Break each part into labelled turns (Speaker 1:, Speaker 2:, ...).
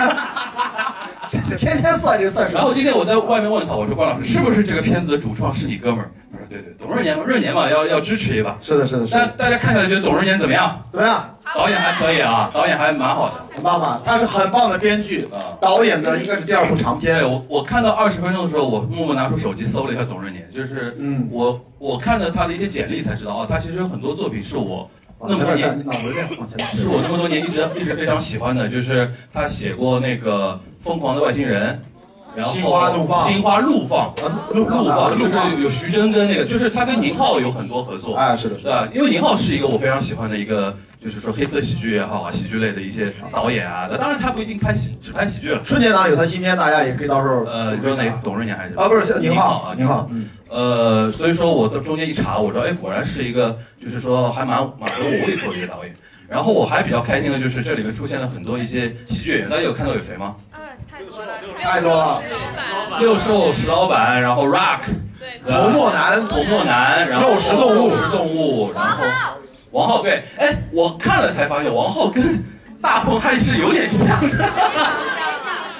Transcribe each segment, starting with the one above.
Speaker 1: 天天算这算
Speaker 2: 然后今天我在外面问他，我说关老师是不是这个片子的主创是你哥们儿？他说对对，董润年嘛，润年嘛，要要支持一把。
Speaker 1: 是的，是的，是
Speaker 2: 那
Speaker 1: 的。
Speaker 2: 大家看下来觉得董润年怎么样？
Speaker 1: 怎么样，
Speaker 2: 导演还可以啊，导演还蛮好的
Speaker 1: 妈妈？他是很棒的编剧，
Speaker 2: 啊。
Speaker 1: 导演的应该是第二部长
Speaker 2: 对
Speaker 1: 片。
Speaker 2: 我我看到二十分钟的时候，我默默拿出手机搜了一下董润年，就是
Speaker 1: 嗯，
Speaker 2: 我我看了他的一些简历才知道啊，他其实有很多作品是我
Speaker 1: 往哦前面站，你脑子这样往前面。
Speaker 2: 是我那么多年一直一直非常喜欢的，就是他写过那个《疯狂的外星人》，然后
Speaker 1: 心花怒放啊
Speaker 2: 心花怒放，啊
Speaker 1: 陆
Speaker 2: 怒放，
Speaker 1: 陆
Speaker 2: 就是有有徐峥跟那个，就是他跟宁浩有很多合作，
Speaker 1: 哎，是的，是
Speaker 2: 是吧？因为宁浩是一个我非常喜欢的一个，就是说黑色喜剧也好啊，喜剧类的一些导演啊，那当然他不一定拍喜只拍喜剧了
Speaker 1: 的。，春节档有他新片，大家也可以到时候
Speaker 2: 呃，你说哪个董润年还是
Speaker 1: 啊，不是宁
Speaker 2: 宁
Speaker 1: 浩，
Speaker 2: 啊
Speaker 1: 宁浩，嗯，
Speaker 2: 呃，所以说我到中间一查，我说，哎，果然是一个，就是说还蛮蛮合我胃口的一个导演。然后我还比较开心的就是这里面出现了很多一些喜剧演员，大家有看到有谁吗？
Speaker 3: 嗯，太多了，
Speaker 1: 太多了
Speaker 3: 石老板，
Speaker 2: 六兽石老板，然后 Rock
Speaker 3: 对，对
Speaker 1: 侯莫南，
Speaker 2: 头莫男，然后
Speaker 1: 肉食动物
Speaker 2: 肉食动物，然后王浩对，哎，我看了才发现王浩跟大鹏还是有点像的，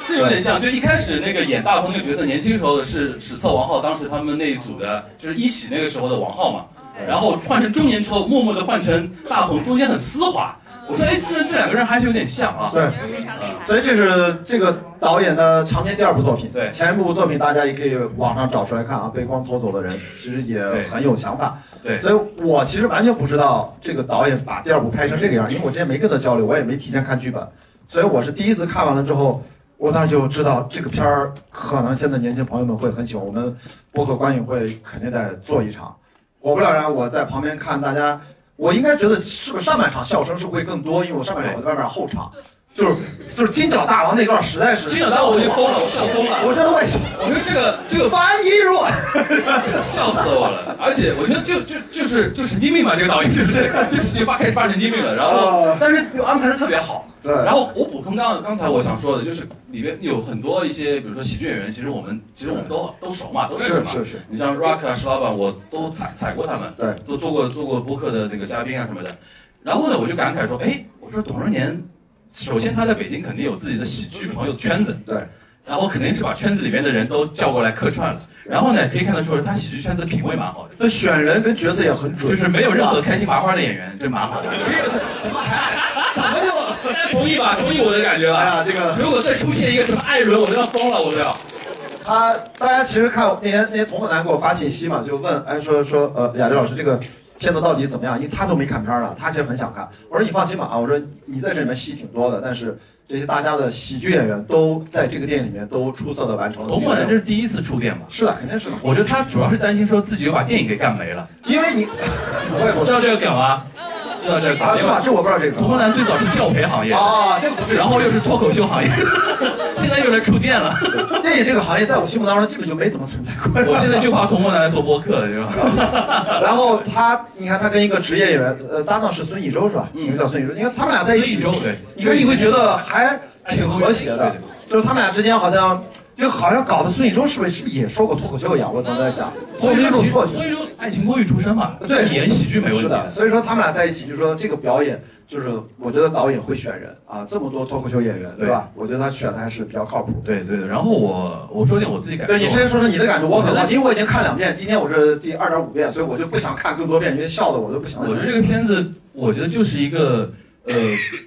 Speaker 2: 是有点像。就一开始那个演大鹏那个角色，年轻时候的是史册王浩，当时他们那一组的就是一喜那个时候的王浩嘛。然后换成中年之后，默默的换成大鹏，中间很丝滑。我说，哎，居然这两个人还是有点像啊。
Speaker 1: 对。
Speaker 3: 人非常厉害。
Speaker 1: 所以这是这个导演的长篇第二部作品，
Speaker 2: 对
Speaker 1: 前一部作品大家也可以网上找出来看啊，《被光偷走的人》其实也
Speaker 2: 对
Speaker 1: 很有想法。
Speaker 2: 对
Speaker 1: 所以我其实完全不知道这个导演把第二部拍成这个样儿，因为我之前没跟他交流，我也没提前看剧本，所以我是第一次看完了之后，我当时就知道这个片儿可能现在年轻朋友们会很喜欢，我们播客观影会肯定得做一场，火不了然我在旁边看大家，我应该觉得是不是上半场笑声是会更多，因为我上半场我在外面后场。就是就是金角大王那段实在是，
Speaker 2: 金角大王我就疯了，我笑疯了。
Speaker 1: 我真的会笑。
Speaker 2: 我说这个这个
Speaker 1: 樊一茹，
Speaker 2: 笑死我了！而且我觉得就就就是就神经病嘛，这个导演就是就是发开始发神经病了，然后
Speaker 1: 啊
Speaker 2: 但是又安排的特别好。
Speaker 1: 对，
Speaker 2: 然后我补充刚刚才我想说的，就是里边有很多一些，比如说喜剧演员，其实我们其实我们都都熟嘛，都认识
Speaker 1: 是
Speaker 2: 嘛。
Speaker 1: 是是，
Speaker 2: 你像 Rock 啊、石老板，我都踩踩过他们，
Speaker 1: 对，
Speaker 2: 都做过做过播客的那个嘉宾啊什么的。然后呢，我就感慨说，哎，我说董润年，首先他在北京肯定有自己的喜剧朋友圈子，
Speaker 1: 对，
Speaker 2: 然后肯定是把圈子里面的人都叫过来客串了。然后呢，可以看得出他喜剧圈子品味蛮好的，
Speaker 1: 那选人跟角色也很准，
Speaker 2: 就是没有任何开心麻花的演员，这蛮好的。
Speaker 1: 怎么还怎么就
Speaker 2: 大家同意吧？同意我的感觉
Speaker 1: 哎
Speaker 2: 吧？
Speaker 1: 呀，这个
Speaker 2: 如果再出现一个什么艾伦，我都要疯了，我都要。
Speaker 1: 他大家其实看那天那天童梦楠给我发信息嘛，就问哎说说呃雅迪老师这个片子到底怎么样？因为他都没看片儿呢，他其实很想看。我说你放心吧啊，我说你在这里面戏挺多的，但是这些大家的喜剧演员都在这个电影里面都出色的完成了自
Speaker 2: 董
Speaker 1: 己的
Speaker 2: 猛男
Speaker 1: 任务。
Speaker 2: 这是第一次触电吧？
Speaker 1: 是的，肯定是的，
Speaker 2: 我觉得他主要是担心说自己又把电影给干没了。
Speaker 1: 因为你我也不
Speaker 2: 知道这个梗吗？知道这个梗
Speaker 1: 啊是吧？？这我不知道这个
Speaker 2: 董猛男最早是教培行业，
Speaker 1: 啊，这个不是。
Speaker 2: 然后又是脱口秀行业，现在又来触电了。
Speaker 1: 电影这个行业在我心目当中基本就没怎么存在过。
Speaker 2: 我现在就怕董猛男来做播客了，你知道吗？
Speaker 1: 然后他，你看他跟一个职业演员，呃，搭档是孙艺洲是吧？
Speaker 2: 嗯
Speaker 1: 一个叫孙艺洲，你看他们俩在一起，
Speaker 2: 周对，哎
Speaker 1: 你看你会觉得还挺和谐的，就是他们俩之间好像，就好像搞得孙艺洲是不是是不是也说过脱口秀一样？我总在想，
Speaker 2: 所
Speaker 1: 我
Speaker 2: 以
Speaker 1: 有一
Speaker 2: 说
Speaker 1: 种
Speaker 2: 其实，
Speaker 1: 错觉。
Speaker 2: 所以说《爱情公寓》出身嘛，
Speaker 1: 对
Speaker 2: 演喜剧没问题啊
Speaker 1: 是的，
Speaker 2: 的。
Speaker 1: 所以说他们俩在一起，就说这个表演，就是我觉得导演会选人啊，这么多脱口秀演员，对吧？我觉得他选的还是比较靠谱。
Speaker 2: 对对对，然后我我说点我自己感受，
Speaker 1: 对，你先说说你的感受，我可
Speaker 2: 我觉
Speaker 1: 能
Speaker 2: 得
Speaker 1: 因为我已经看两遍，今天我是第二点五遍，所以我就不想看更多遍，因为笑的我就不想。
Speaker 2: 我觉得这个片子，我觉得就是一个呃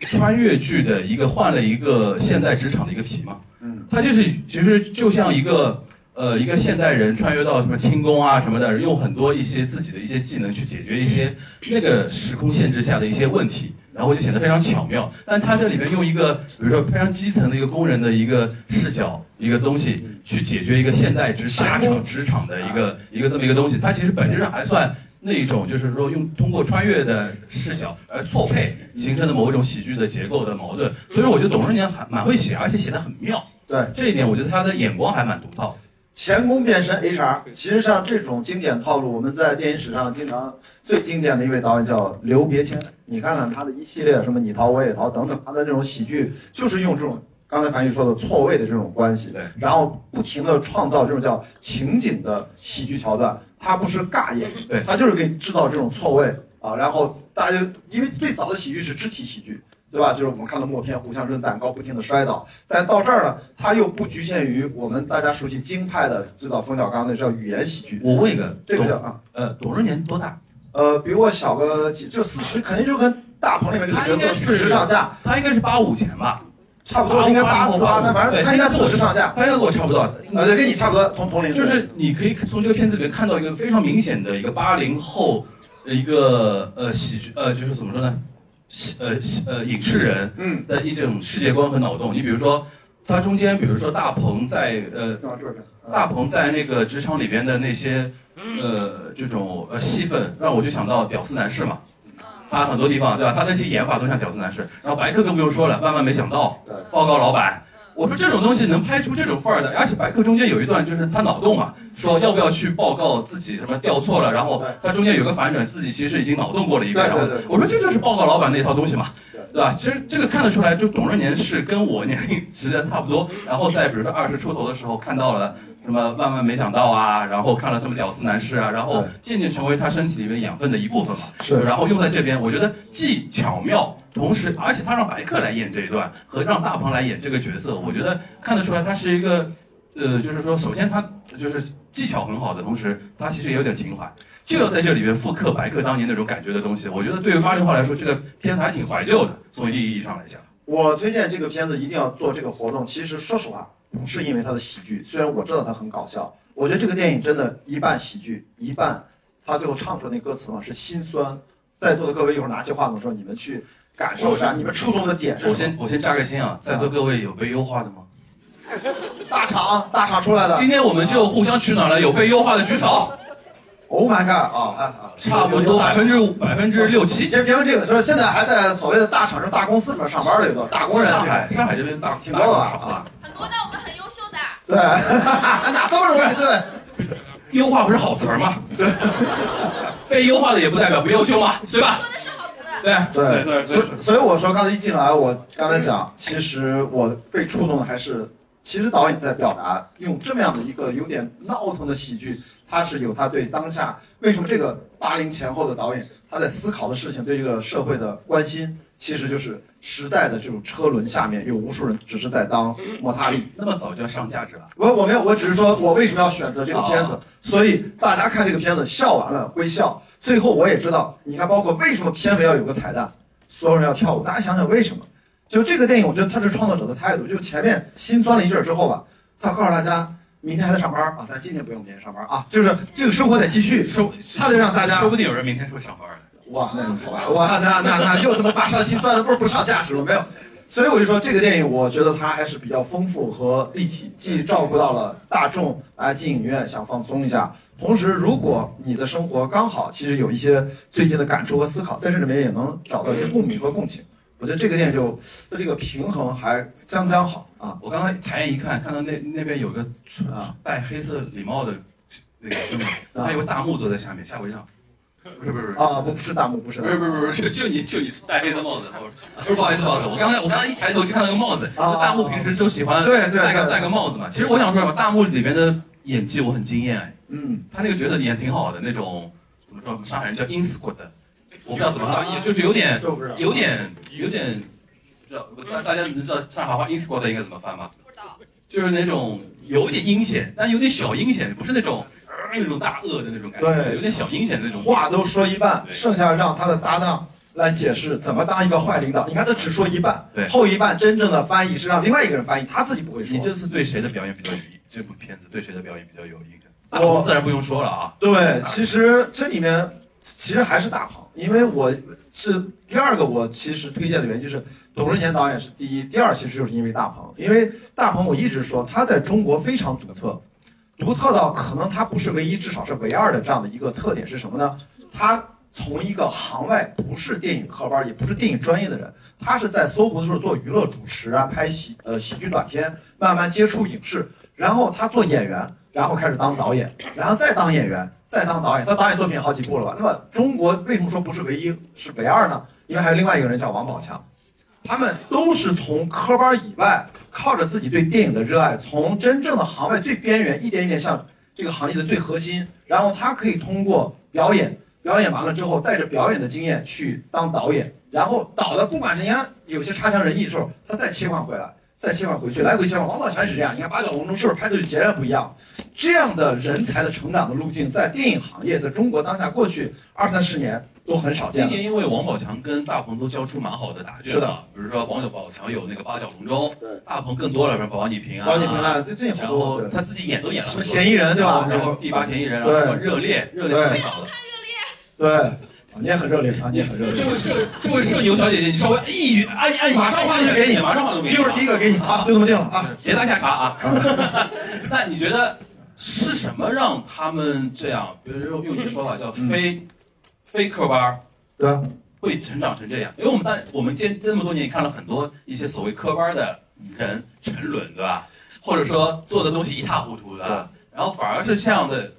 Speaker 2: 穿越剧的一个换了一个现代职场的一个皮嘛，
Speaker 1: 嗯，
Speaker 2: 它就是其实就像一个呃一个现代人穿越到什么清宫啊什么的，用很多一些自己的一些技能去解决一些那个时空限制下的一些问题。然后就显得非常巧妙，但它这里面用一个，比如说非常基层的一个工人的一个视角，一个东西去解决一个现代职大厂职场的一个一个这么一个东西，它其实本质上还算那种就是说用通过穿越的视角而错配
Speaker 1: 嗯
Speaker 2: 形成的某一种喜剧的结构的矛盾，所以我觉得董润年还蛮会写，而且写得很妙。
Speaker 1: 对，
Speaker 2: 这一点我觉得他的眼光还蛮独到。
Speaker 1: 前宫变身 HR，其实像这种经典套路，我们在电影史上经常最经典的一位导演叫刘别谦。你看看他的一系列什么你逃我也逃等等，他的这种喜剧就是用这种刚才樊宇说的错位的这种关系，
Speaker 2: 对，
Speaker 1: 然后不停的创造这种叫情景的喜剧桥段，他不是尬演，
Speaker 2: 对
Speaker 1: 他就是给你制造这种错位啊，然后大家就因为最早的喜剧是肢体喜剧，对吧？就是我们看到默片互相扔蛋糕，不停的摔倒。但到这儿呢，它又不局限于我们大家熟悉京派的最早冯小刚那叫语言喜剧。
Speaker 2: 我问一个，
Speaker 1: 这个
Speaker 2: 董
Speaker 1: 叫啊，
Speaker 2: 呃，董润年多大？
Speaker 1: 呃，比我小个几，就四十，肯定就跟大鹏里面这个角色四十上下，
Speaker 2: 他应该是八五前吧？
Speaker 1: 差不多应该八四八三，反正他应该四十上下，
Speaker 2: 他应该跟我差不多。
Speaker 1: 呃，对，跟你差不多，同同龄。
Speaker 2: 就是你可以从这个片子里面看到一个非常明显的一个八零后的一个呃喜剧呃，就是怎么说呢？喜呃喜呃影视人
Speaker 1: 嗯，
Speaker 2: 的一种世界观和脑洞。你比如说，他中间比如说大鹏在呃
Speaker 1: 啊这边
Speaker 2: 大鹏在那个职场里边的那些呃这种呃戏份，让我就想到屌丝男士嘛。他很多地方对吧？他那些演法都像屌丝男士。然后白客更不用说了，万万没想到
Speaker 1: 对，
Speaker 2: 报告老板。我说这种东西能拍出这种范儿的，而且白客中间有一段就是他脑洞嘛，说要不要去报告自己什么掉错了，然后他
Speaker 1: 对
Speaker 2: 中间有个反转，自己其实已经脑洞过了一个，
Speaker 1: 对
Speaker 2: 然
Speaker 1: 对
Speaker 2: 后
Speaker 1: 对
Speaker 2: 我说这就是报告老板那套东西嘛
Speaker 1: 对，
Speaker 2: 对吧？其实这个看得出来，就董润年是跟我年龄 实在差不多，然后在比如说二十出头的时候看到了什么万万没想到啊，然后看了什么屌丝男士啊，然后
Speaker 1: 对
Speaker 2: 渐渐成为他身体里面养分的一部分嘛。
Speaker 1: 是
Speaker 2: 然后用在这边，我觉得既巧妙，同时而且他让白客来演这一段和让大鹏来演这个角色，我觉得看得出来他是一个，呃，就是说首先他就是技巧很好的同时，他其实也有点情怀。就要在这里面复刻白客当年那种感觉的东西，我觉得对于八零后来说，这个片子还挺怀旧的。从一定意义上来讲，
Speaker 1: 我推荐这个片子一定要做这个活动。其实说实话，不是因为它的喜剧，虽然我知道它很搞笑，我觉得这个电影真的，一半喜剧，一半他最后唱出来那歌词嘛是心酸。在座的各位一会儿拿起话筒的时候，你们去感受一下，你们触动的点是
Speaker 2: 我
Speaker 1: 什么？
Speaker 2: 先我先扎个心啊，在座各位有被优化的吗？
Speaker 1: 大厂大厂啊出来的
Speaker 2: 今天我们就互相取暖了，有被优化的举手，
Speaker 1: ，Oh my god 啊啊啊，
Speaker 2: 差不多百分之五百分之六
Speaker 1: 以
Speaker 2: 七。
Speaker 1: 前别问这个，说现在还在所谓的大厂、是大公司里面上班的有多打工人，
Speaker 2: 上海上海这边大
Speaker 1: 挺多的吧
Speaker 2: 大不少啊，
Speaker 3: 很多的，我们很优秀的。
Speaker 1: 对， 哪这么容易？对。
Speaker 2: 优化不是好词儿吗？ 对，被优化的也不代表不优秀嘛，对吧？
Speaker 3: 说的是好词，
Speaker 2: 对对对
Speaker 1: 所
Speaker 2: 对
Speaker 1: 以。所以我说刚才一进来，我刚才讲，其实我被触动的还是，其实导演在表达用这么样的一个有点闹腾的喜剧，他是有他对当下为什么这个八零前后的导演他在思考的事情，对这个社会的关心，其实就是时代的这种车轮下面有无数人只是在当摩擦力。
Speaker 2: 那么早就要上价值了，
Speaker 1: 我我没有，我只是说我为什么要选择这个片子，
Speaker 2: 啊
Speaker 1: 所以大家看这个片子笑完了会笑，最后我也知道，你看包括为什么片尾要有个彩蛋，所有人要跳舞，大家想想为什么？就这个电影，我觉得它是创作者的态度，就前面心酸了一阵儿之后吧，他告诉大家明天还得上班儿啊，但今天不用明天上班儿啊，就是这个生活得继续。
Speaker 2: 说
Speaker 1: 他得让大家
Speaker 2: 说不定有人明天就会上班了。
Speaker 1: 哇，那你好吧，哇，那那那又他妈巴上心酸的，不是不上价值了没有？所以我就说这个电影，我觉得它还是比较丰富和立体，既照顾到了大众啊进影院想放松一下，同时如果你的生活刚好其实有一些最近的感触和思考，在这里面也能找到一些共鸣和共情。我觉得这个电影就它这个平衡还将将好啊
Speaker 2: 我刚才抬眼一看，看到那那边有个
Speaker 1: 啊！
Speaker 2: 戴黑色礼帽的那个兄弟，
Speaker 1: 啊
Speaker 2: 他有个大木坐在下面，吓我一跳。不是不是不是
Speaker 1: 啊，不是弹幕，不是
Speaker 2: 不
Speaker 1: 弹
Speaker 2: 是
Speaker 1: 幕
Speaker 2: 不是不是，就就你就你戴黑色帽子，我不是不好意思不好意思， 我刚才我刚才一抬头就看到个帽子，
Speaker 1: 啊
Speaker 2: 大木平时都喜欢
Speaker 1: 对对
Speaker 2: 戴个
Speaker 1: 对，
Speaker 2: 戴个帽子嘛。其实我想说什么，大木里面的演技我很惊艳，哎
Speaker 1: 嗯，
Speaker 2: 他那个角色演得挺好的那种，怎么说？我们上海人叫 insquad，我不知道怎么翻译，就是有点
Speaker 1: 啊这我不知道，
Speaker 2: 有点有点，不知道大大家能知道上海话 insquad 应该怎么翻吗？
Speaker 3: 不知道。
Speaker 2: 就是那种有一点阴险，但有点小阴险，不是那种、呃那种大恶的那种感觉，
Speaker 1: 对
Speaker 2: 有点小阴险的那种。
Speaker 1: 话都说一半，
Speaker 2: 对
Speaker 1: 剩下让他的搭档来解释怎么当一个坏领导。你看他只说一半，
Speaker 2: 对
Speaker 1: 后一半真正的翻译是让另外一个人翻译，他自己不会说
Speaker 2: 你。这次对谁的表演比较有意？这部片子对谁的表演比较有印象？
Speaker 1: 我
Speaker 2: 大鹏啊自然不用说了啊，
Speaker 1: 对，其实这里面其实还是大鹏，因为我是第二个，我其实推荐的原因就是董润年导演是第一，第二其实就是因为大鹏，因为大鹏我一直说他在中国非常独特，独特到可能他不是唯一，至少是唯二的这样的一个特点是什么呢？他从一个行外不是电影科班，也不是电影专业的人，他是在搜狐的时候做娱乐主持啊，拍喜呃喜剧短片，慢慢接触影视，然后他做演员，然后开始当导演。然后再当演员，再当导演。他导演作品有好几部了吧？那么中国为什么说不是唯一，是唯二呢？因为还有另外一个人叫王宝强，他们都是从科班以外，靠着自己对电影的热爱，从真正的行外最边缘，一点一点向这个行业的最核心。然后他可以通过表演，表演完了之后，带着表演的经验去当导演，然后导的不管人家有些差强人意的时候，他再切换回来，再切换回去，来回切换。王宝强也是这样，你看《八角笼中》是不是拍的就截然不一样？这样的人才的成长的路径，在电影行业，在中国当下过去二三十年都很少见
Speaker 2: 今
Speaker 1: 了。
Speaker 2: 年因为王宝强跟大鹏都交出蛮好的答卷，
Speaker 1: 是的，
Speaker 2: 比如说王宝强有那个八角笼中，
Speaker 1: 对，
Speaker 2: 大鹏更多了，什么保你平安、啊，
Speaker 1: 王景平啊，最近好
Speaker 2: 然
Speaker 1: 多
Speaker 2: 后
Speaker 1: 对
Speaker 2: 他自己演都演了
Speaker 1: 什么嫌疑人对吧？
Speaker 2: 然后第八嫌疑人，然后
Speaker 1: 对
Speaker 2: 什么热烈，热烈
Speaker 1: 对
Speaker 2: 太少了。
Speaker 1: 对，啊你也很热烈啊，你也很热烈
Speaker 2: 这。位社这位社牛小姐姐，你稍微一语按按一
Speaker 1: 马上话就给你
Speaker 2: 马上话就给你，
Speaker 1: 一会儿第一个给你，好，就这么定了啊。
Speaker 2: 是别打下茬啊。 那你觉得是什么让他们这样？比如用用你的说法叫
Speaker 1: 嗯
Speaker 2: 非、非科班儿
Speaker 1: 对啊，
Speaker 2: 会成长成这样？因为我们但我们这这么多年看了很多一些所谓科班儿的人沉沦，对吧？或者说做的东西一塌糊涂的，然后反而是这样的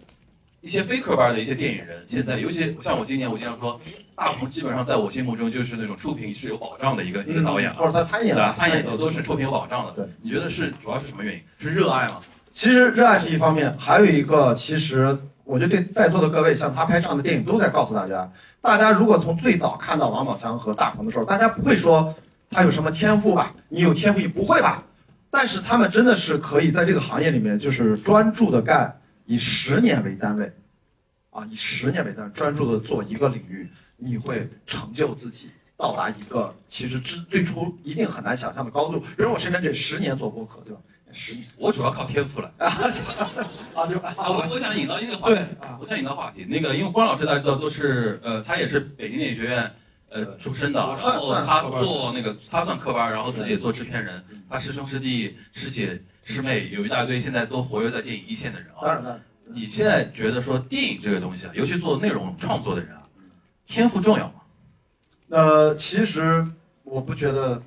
Speaker 2: 一些非科班儿的一些电影人，现在尤其像我今年，我经常说，大鹏基本上在我心目中就是那种触评是有保障的一个、一个导演了。
Speaker 1: 嗯或者他参演
Speaker 2: 对
Speaker 1: 了，
Speaker 2: 吧？参演都都是触屏保障的。
Speaker 1: 对，
Speaker 2: 你觉得是主要是什么原因？是热爱吗？
Speaker 1: 其实热爱是一方面，还有一个，其实我觉得对在座的各位，像他拍这样的电影，都在告诉大家，大家如果从最早看到王宝强和大鹏的时候，大家不会说他有什么天赋吧，你有天赋你不会吧？但是他们真的是可以在这个行业里面，就是专注的干，以十年为单位，啊，以十年为单位，专注的做一个领域，你会成就自己。到达一个其实之最初一定很难想象的高度，比如我身边这十年做播客，对吧？十年
Speaker 2: 我主要靠天赋了。
Speaker 1: 啊，就啊
Speaker 2: 啊，我我想引到一个话
Speaker 1: 对
Speaker 2: 题，
Speaker 1: 啊，
Speaker 2: 我想引到话题。那个，因为关老师大家知道都是，呃，他也是北京电影学院呃
Speaker 1: 对
Speaker 2: 出身的，
Speaker 1: 我
Speaker 2: 然
Speaker 1: 算
Speaker 2: 后
Speaker 1: 算
Speaker 2: 他
Speaker 1: 科班
Speaker 2: 做那个他算科班，然后自己也做制片人
Speaker 1: 嗯，
Speaker 2: 他师兄师弟师姐师妹有一大堆，现在都活跃在电影一线的人
Speaker 1: 当
Speaker 2: 啊。
Speaker 1: 然当然，
Speaker 2: 你现在觉得说电影这个东西啊，尤其做内容创作的人啊，天赋重要吗？
Speaker 1: 呃，其实我不觉得，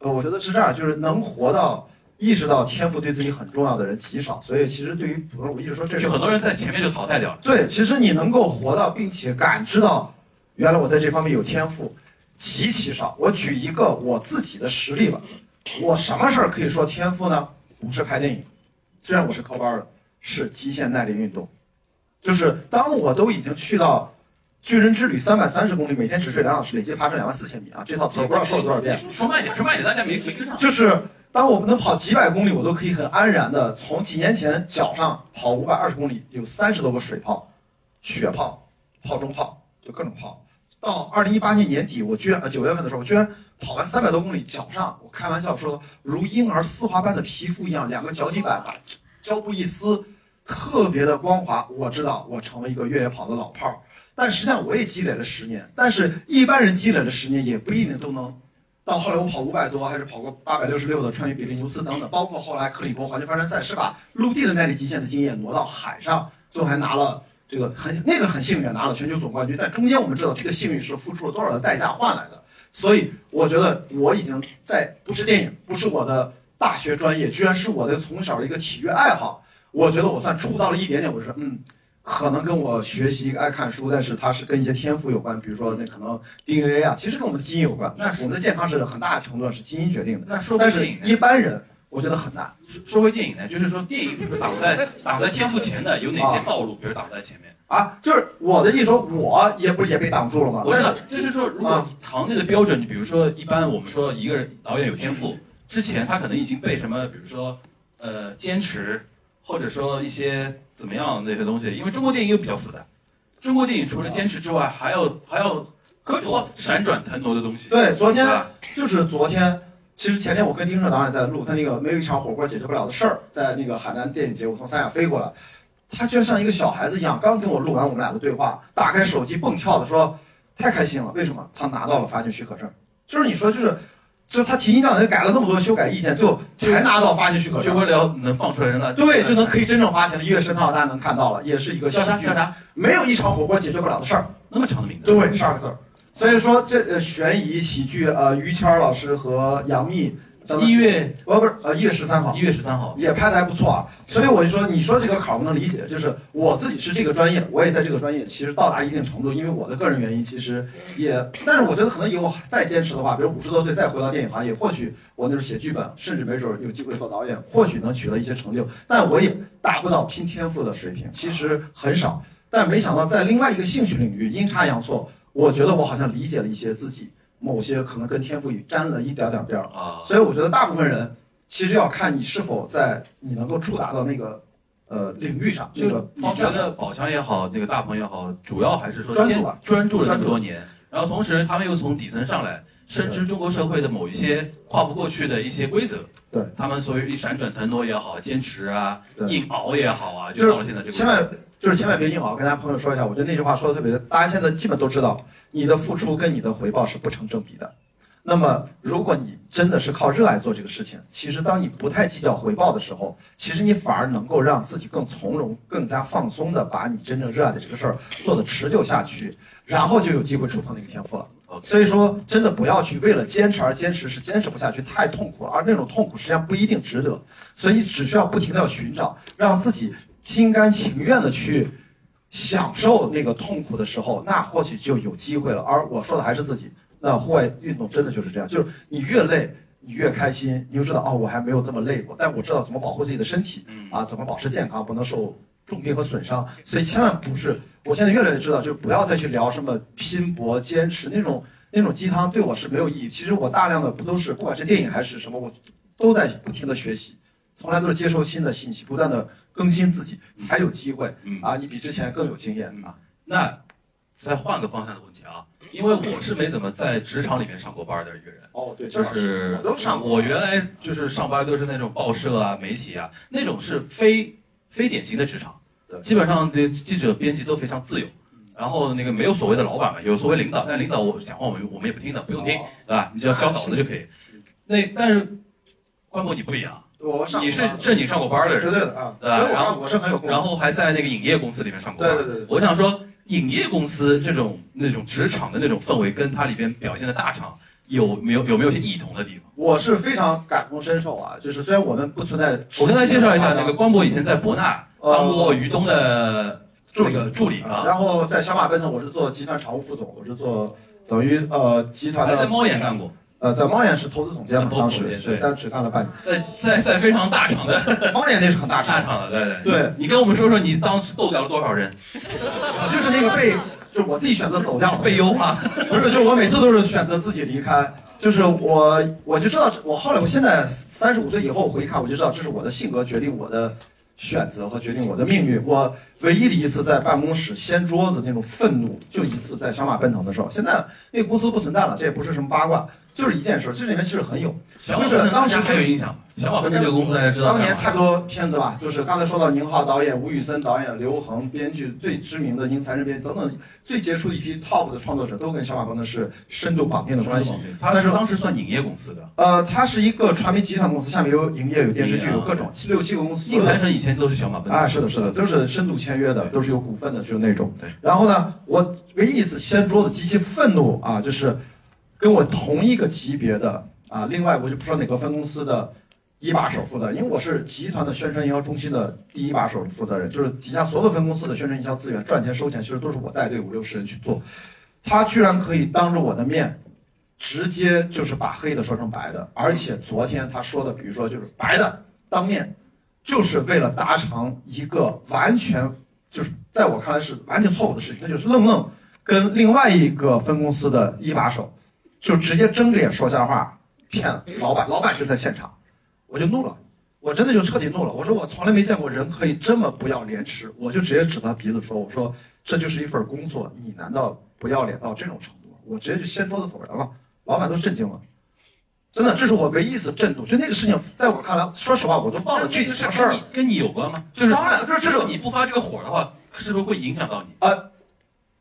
Speaker 1: 呃，我觉得是这样，就是能活到意识到天赋对自己很重要的人极少，所以其实对于普通人，我一直说这是
Speaker 2: 就很多人在前面就淘汰掉了。
Speaker 1: 对，其实你能够活到并且感知到，原来我在这方面有天赋，极其少。我举一个我自己的实例吧，我什么事儿可以说天赋呢？不是拍电影，虽然我是科班儿的，是极限耐力运动。就是当我都已经去到巨人之旅三百三十公里，每天只睡两小时，累计爬升两万四千米啊！这套词儿我不知道说了多少遍。
Speaker 2: 说慢一点，说慢一点，大家没没跟上。
Speaker 1: 就是当我们能跑几百公里，我都可以很安然的从几年前脚上跑五百二十公里，有三十多个水泡、雪泡、泡中泡，就各种泡。到二零一八年年底，我居然呃九月份的时候，我居然跑完三百多公里，脚上我开玩笑说如婴儿丝滑般的皮肤一样，两个脚底板把胶布一撕，特别的光滑。我知道我成为一个越野跑的老炮儿，但实际上我也积累了十年，但是一般人积累了十年也不一定都能到后来我跑五百多，还是跑过八百六十六的穿越比利牛斯等等，包括后来克里伯环球帆船赛是把陆地的耐力极限的经验挪到海上，最后还拿了这个很那个很幸运拿了全球总冠军。但中间我们知道这个幸运是付出了多少的代价换来的，所以我觉得我已经在不是电影，不是我的大学专业，居然是我的从小的一个体育爱好。我觉得我算触到了一点点，我是嗯，可能跟我学习爱看书，但是它是跟一些天赋有关，比如说那可能 DNA 啊，其实跟我们的基因有关。
Speaker 2: 那
Speaker 1: 我们的健康是很大程度上是基因决定的，
Speaker 2: 那说回
Speaker 1: 但是
Speaker 2: 电影呢，
Speaker 1: 一般人我觉得很难。
Speaker 2: 说回电影呢，就是说电影挡在挡在天赋前的有哪些
Speaker 1: 啊
Speaker 2: 道路，比如挡在前面。
Speaker 1: 啊，就是我的意思说，我也不是也被挡住了吗？
Speaker 2: 我
Speaker 1: 但
Speaker 2: 知
Speaker 1: 是
Speaker 2: 道，就是说，如果你行业的标准，你比如说，一般我们说一个人导演有天赋，之前他可能已经被什么，比如说，呃，坚持，或者说一些怎么样那些东西，因为中国电影又比较复杂，中国电影除了坚持之外，还要还要各种闪转腾挪的东西。
Speaker 1: 对，昨天
Speaker 2: 对吧
Speaker 1: 就是昨天，其实前天我跟丁晟导演在录，他那个没有一场火锅解决不了的事儿，在那个海南电影节，我从三亚飞过来，他居然像一个小孩子一样，刚跟我录完我们俩的对话，打开手机蹦跳的说，太开心了，为什么？他拿到了发行许可证，就是你说就是，就是他提心吊胆地改了那么多修改意见，最后才拿到发行许可
Speaker 2: 就
Speaker 1: 证。
Speaker 2: 为了能放出来人来，
Speaker 1: 对，就能可以真正发行了。一月十号大家能看到了，也是一个喜
Speaker 2: 叫啥
Speaker 1: 剧
Speaker 2: 叫，啥？
Speaker 1: 没有一场火锅解决不了的事儿。
Speaker 2: 那么长的名字。
Speaker 1: 对，十二个字儿。所以说这呃悬疑喜剧呃于谦儿老师和杨幂等等
Speaker 2: 一月
Speaker 1: 哦不是呃一月十三号
Speaker 2: 一月十三号，
Speaker 1: 也拍的还不错啊。所以我就说你说这个坎儿我能理解，就是我自己是这个专业，我也在这个专业其实到达一定程度，因为我的个人原因其实也，但是我觉得可能以后再坚持的话，比如五十多岁再回到电影行业，或许我那时候写剧本，甚至没准儿有机会做导演，或许能取得一些成就，但我也达不到拼天赋的水平，其实很少。但没想到在另外一个兴趣领域阴差阳错，我觉得我好像理解了一些自己某些可能跟天赋沾了一点点边儿。
Speaker 2: 啊，
Speaker 1: 所以我觉得大部分人其实要看你是否在你能够触达到那个呃领域上
Speaker 2: 就
Speaker 1: 这个
Speaker 2: 你
Speaker 1: 方
Speaker 2: 觉
Speaker 1: 向
Speaker 2: 得
Speaker 1: 上。
Speaker 2: 宝强也好，那个大鹏也好，主要还是说
Speaker 1: 专注
Speaker 2: 先
Speaker 1: 吧
Speaker 2: 专注了这
Speaker 1: 专
Speaker 2: 么
Speaker 1: 注
Speaker 2: 多年，然后同时他们又从底层上来，深知中国社会的某一些跨不过去的一些规则，
Speaker 1: 对
Speaker 2: 他们所谓一闪转腾挪也好，坚持啊，
Speaker 1: 对
Speaker 2: 硬熬也好啊，
Speaker 1: 就
Speaker 2: 就是到了现在这个
Speaker 1: 千万就是千万别硬熬，跟大家朋友说一下，我觉得那句话说的特别对，大家现在基本都知道，你的付出跟你的回报是不成正比的。那么，如果你真的是靠热爱做这个事情，其实当你不太计较回报的时候，其实你反而能够让自己更从容、更加放松的把你真正热爱的这个事儿做的持久下去，然后就有机会触碰那个天赋了。
Speaker 2: OK
Speaker 1: 所以说，真的不要去为了坚持而坚持，是坚持不下去，太痛苦了。而那种痛苦实际上不一定值得，所以只需要不停的要寻找，让自己心甘情愿的去享受那个痛苦的时候，那或许就有机会了。而我说的还是自己，那户外运动真的就是这样，就是你越累。你越开心，你就知道哦，我还没有这么累过，但我知道怎么保护自己的身体
Speaker 2: 嗯
Speaker 1: 啊，怎么保持健康，不能受重病和损伤。所以千万不是，我现在越来越知道，就是不要再去聊什么拼搏、坚持那种那种鸡汤，对我是没有意义。其实我大量的不都是，不管是电影还是什么，我都在不停的学习，从来都是接收新的信息，不断的更新自己，才有机会
Speaker 2: 嗯
Speaker 1: 啊！你比之前更有经验啊！
Speaker 2: 那再换个方向的问题啊，因为我是没怎么在职场里面上过班的一个人。
Speaker 1: 哦，对，
Speaker 2: 就
Speaker 1: 这倒
Speaker 2: 是
Speaker 1: 我都上过。
Speaker 2: 我原来就是上班都是那种报社啊、媒体啊，那种是非非典型的职场
Speaker 1: 对，
Speaker 2: 基本上的记者、编辑都非常自由。然后那个没有所谓的老板嘛，有所谓领导，但领导我讲话我们我们也不听的，不用听，
Speaker 1: 哦
Speaker 2: 对吧？你只要交稿子就可以
Speaker 1: 嗯。
Speaker 2: 那但是关博你不一样，
Speaker 1: 我上过
Speaker 2: 你是正经上过班的
Speaker 1: 绝
Speaker 2: 人，
Speaker 1: 对的啊！
Speaker 2: 对吧
Speaker 1: 所以我
Speaker 2: 然
Speaker 1: 上我是很有功。
Speaker 2: 然后还在那个影业公司里面上过
Speaker 1: 对
Speaker 2: 班。
Speaker 1: 对对对，
Speaker 2: 我想说，影业公司这种那种职场的那种氛围，跟它里边表现的大厂有没有有没有一些异同的地方？
Speaker 1: 我是非常感同身受啊！就是虽然我们不存在，
Speaker 2: 我跟大家介绍一下，那个关博以前在博纳当过于东的
Speaker 1: 助
Speaker 2: 那
Speaker 1: 理
Speaker 2: 个助理
Speaker 1: 啊，
Speaker 2: 啊，
Speaker 1: 呃然后在小马奔腾，我是做集团常务副总，我是做等于呃集团
Speaker 2: 还在
Speaker 1: 的
Speaker 2: 猫眼干过，
Speaker 1: 呃在猫眼是投资总监嘛，
Speaker 2: 投资
Speaker 1: 当
Speaker 2: 总
Speaker 1: 时
Speaker 2: 监
Speaker 1: 是
Speaker 2: 对
Speaker 1: 但只干了半
Speaker 2: 在在在非常大 厂的
Speaker 1: 年。猫眼那是很大
Speaker 2: 大
Speaker 1: 厂，
Speaker 2: 厂的，对对
Speaker 1: 对，
Speaker 2: 你跟我们说说你当时斗掉了多少人，
Speaker 1: 就是那个被就我自己选择走掉了
Speaker 2: 被优化，
Speaker 1: 不是，就是我每次都是选择自己离开，就是我我就知道这，我后来我现在三十五岁以后回看，我就知道这是我的性格决定我的选择和决定我的命运。我唯一的一次在办公室掀桌子那种愤怒，就一次在小马奔腾的时候。现在那个公司不存在了，这也不是什么八卦，就是一件事儿。这里面其实很有，
Speaker 2: 小马分
Speaker 1: 当时
Speaker 2: 还有印象吗？小马分这个公司大家知道
Speaker 1: 当
Speaker 2: 干嘛
Speaker 1: 年太多片子吧，就是刚才说到宁浩导演、吴宇森导演、刘恒编剧，最知名的宁财神编等等，最杰出的一批 top 的创作者，都跟小马奔腾是深度绑定的关系。
Speaker 2: 嗯他但是当时算影业公司的，
Speaker 1: 呃，它是一个传媒集团公司，下面有影业、有电视剧、
Speaker 2: 影业啊
Speaker 1: 有各种七六七个公司。
Speaker 2: 宁财神以前都是小马分
Speaker 1: 啊，是的，是的，都是深度签约的，都是有股份的，就是那种。
Speaker 2: 对。
Speaker 1: 然后呢，我唯一一次掀桌子极其愤怒啊，就是跟我同一个级别的啊，另外我就不说哪个分公司的一把手负责人，因为我是集团的宣传营销中心的第一把手负责人，就是底下所有分公司的宣传营销资源、赚钱收钱，其实都是我带队五六十人去做。他居然可以当着我的面，直接就是把黑的说成白的，而且昨天他说的，比如说就是白的当面就是为了达成一个完全就是在我看来是完全错误的事情，他就是愣愣跟另外一个分公司的一把手，就直接睁着眼说瞎话骗老板，老板就在现场，我就怒了，我真的就彻底怒了，我说我从来没见过人可以这么不要廉耻，我就直接指他鼻子说，我说这就是一份工作，你难道不要脸到这种程度吗？我直接就掀桌子走人了，老板都震惊了。真的，这是我唯一一次震怒。就那个事情，在我看来，说实话，我都忘了具体什么事儿了。
Speaker 2: 你跟你有关吗？就是
Speaker 1: 当然这这呃
Speaker 2: 就是你不发这个火的话，是不是会影响到你？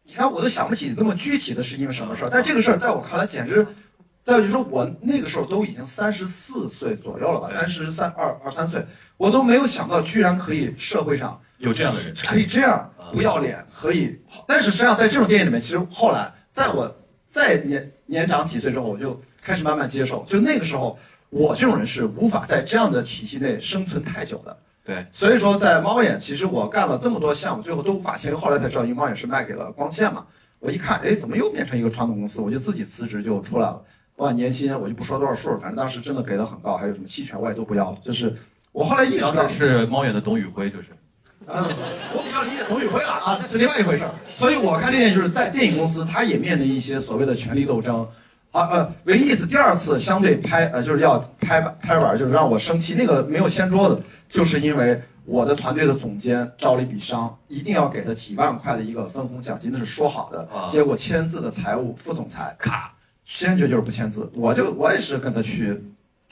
Speaker 1: 你看我都想不起那么具体的是因为什么事儿，但这个事儿在我看来简直，再有就是我那个时候都已经三十四岁左右了吧，
Speaker 2: 对
Speaker 1: 三十三二二三岁，我都没有想到居然可以社会上
Speaker 2: 有这样的人，
Speaker 1: 可以这样
Speaker 2: 啊
Speaker 1: 不要脸，可以，但是实际上在这种电影里面，其实后来在我再年年长几岁之后，我就开始慢慢接受，就那个时候我这种人是无法在这样的体系内生存太久的。
Speaker 2: 对，
Speaker 1: 所以说在猫眼，其实我干了这么多项目，最后都无法签约。后来才知道，因为猫眼是卖给了光线嘛。我一看，哎，怎么又变成一个传统公司？我就自己辞职就出来了。哇，年薪我就不说多少数，反正当时真的给的很高，还有什么期权我也都不要了。就是我后来意识到
Speaker 2: 当时是猫眼的董宇辉，就是
Speaker 1: 嗯，我比较理解董宇辉了啊，这是另外一回事儿。所以我看这件就是在电影公司，他也面临一些所谓的权力斗争。啊呃，唯一一次第二次相对拍呃就是要拍板拍板，就是让我生气，那个没有掀桌子，就是因为我的团队的总监招了一笔伤，一定要给他几万块的一个分红奖金，那是说好的
Speaker 2: 啊。
Speaker 1: 结果签字的财务副总裁
Speaker 2: 卡，
Speaker 1: 坚决就是不签字，我就我也是跟他去。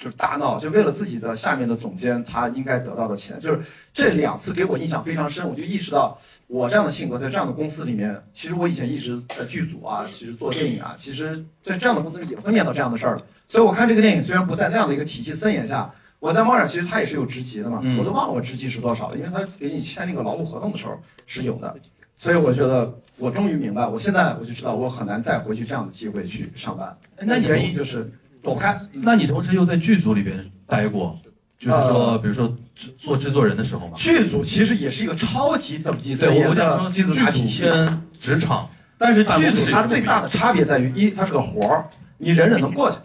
Speaker 1: 就是大闹，就为了自己的下面的总监他应该得到的钱，就是这两次给我印象非常深，我就意识到我这样的性格在这样的公司里面，其实我以前一直在剧组啊，其实做电影啊，其实在这样的公司里也会面到这样的事儿的。所以我看这个电影虽然不在那样的一个体系森严下，我在猫眼其实它也是有职级的嘛，
Speaker 2: 嗯
Speaker 1: 我都忘了我职级是多少了，因为他给你签那个劳务合同的时候是有的。所以我觉得我终于明白，我现在我就知道我很难再回去这样的机会去上班。
Speaker 2: 那你
Speaker 1: 原因就是躲开。
Speaker 2: 那你同时又在剧组里边待过，就是
Speaker 1: 呃
Speaker 2: 说，比如说制做制作人的时候嘛。
Speaker 1: 剧组其实也是一个超级等级森
Speaker 2: 对，我
Speaker 1: 严
Speaker 2: 我想
Speaker 1: 的
Speaker 2: 说，
Speaker 1: 金
Speaker 2: 剧
Speaker 1: 字塔体
Speaker 2: 组
Speaker 1: 系，
Speaker 2: 跟职场，
Speaker 1: 但是剧组它最大的差别在于，一它是个活儿，你忍忍能过去，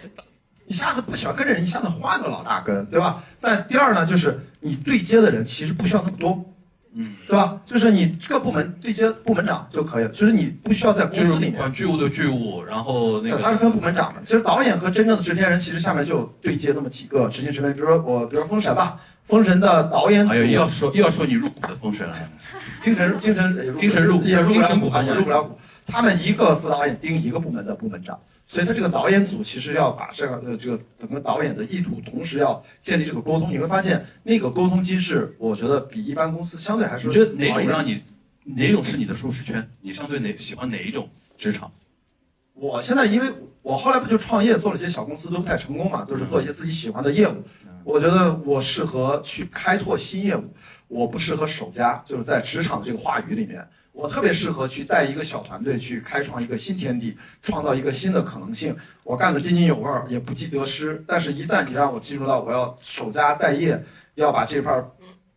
Speaker 1: 你下次不喜欢跟着人，你下次换个老大跟，对吧？但第二呢，就是你对接的人其实不需要那么多。
Speaker 2: 嗯，
Speaker 1: 对吧？就是你各部门对接部门长就可以了，就是你不需要在公
Speaker 2: 就
Speaker 1: 司
Speaker 2: 是
Speaker 1: 里面
Speaker 2: 管剧务的剧务，然后那
Speaker 1: 对，他
Speaker 2: 个
Speaker 1: 是分部门长的。其实导演和真正的制片人，其实下面就有对接那么几个执行制片人，比如说我，比如说《封神》吧，《封神》的导演组、
Speaker 2: 哎呦，又要说又要说你入股的风神了。
Speaker 1: 精神精神
Speaker 2: 精神入股
Speaker 1: 也入不
Speaker 2: 精
Speaker 1: 了
Speaker 2: 神
Speaker 1: 股
Speaker 2: 股
Speaker 1: 啊，
Speaker 2: 吧
Speaker 1: 也入不了股。他们一个副导演盯一个部门的部门长，所以他这个导演组其实要把这个呃这个整个导演的意图，同时要建立这个沟通。你会发现那个沟通机制，我觉得比一般公司相对还是
Speaker 2: 你觉得哪
Speaker 1: 好一
Speaker 2: 种
Speaker 1: 点
Speaker 2: 让你，哪种是你的舒适圈？你相对哪喜欢哪一种职场？
Speaker 1: 我现在因为我后来不就创业做了些小公司，都不太成功嘛，都是做一些自己喜欢的业务
Speaker 2: 嗯。
Speaker 1: 我觉得我适合去开拓新业务，我不适合守家，就是在职场这个话语里面，我特别适合去带一个小团队去开创一个新天地，创造一个新的可能性。我干得津津有味儿，也不计得失。但是，一旦你让我进入到我要守家待业，要把这块儿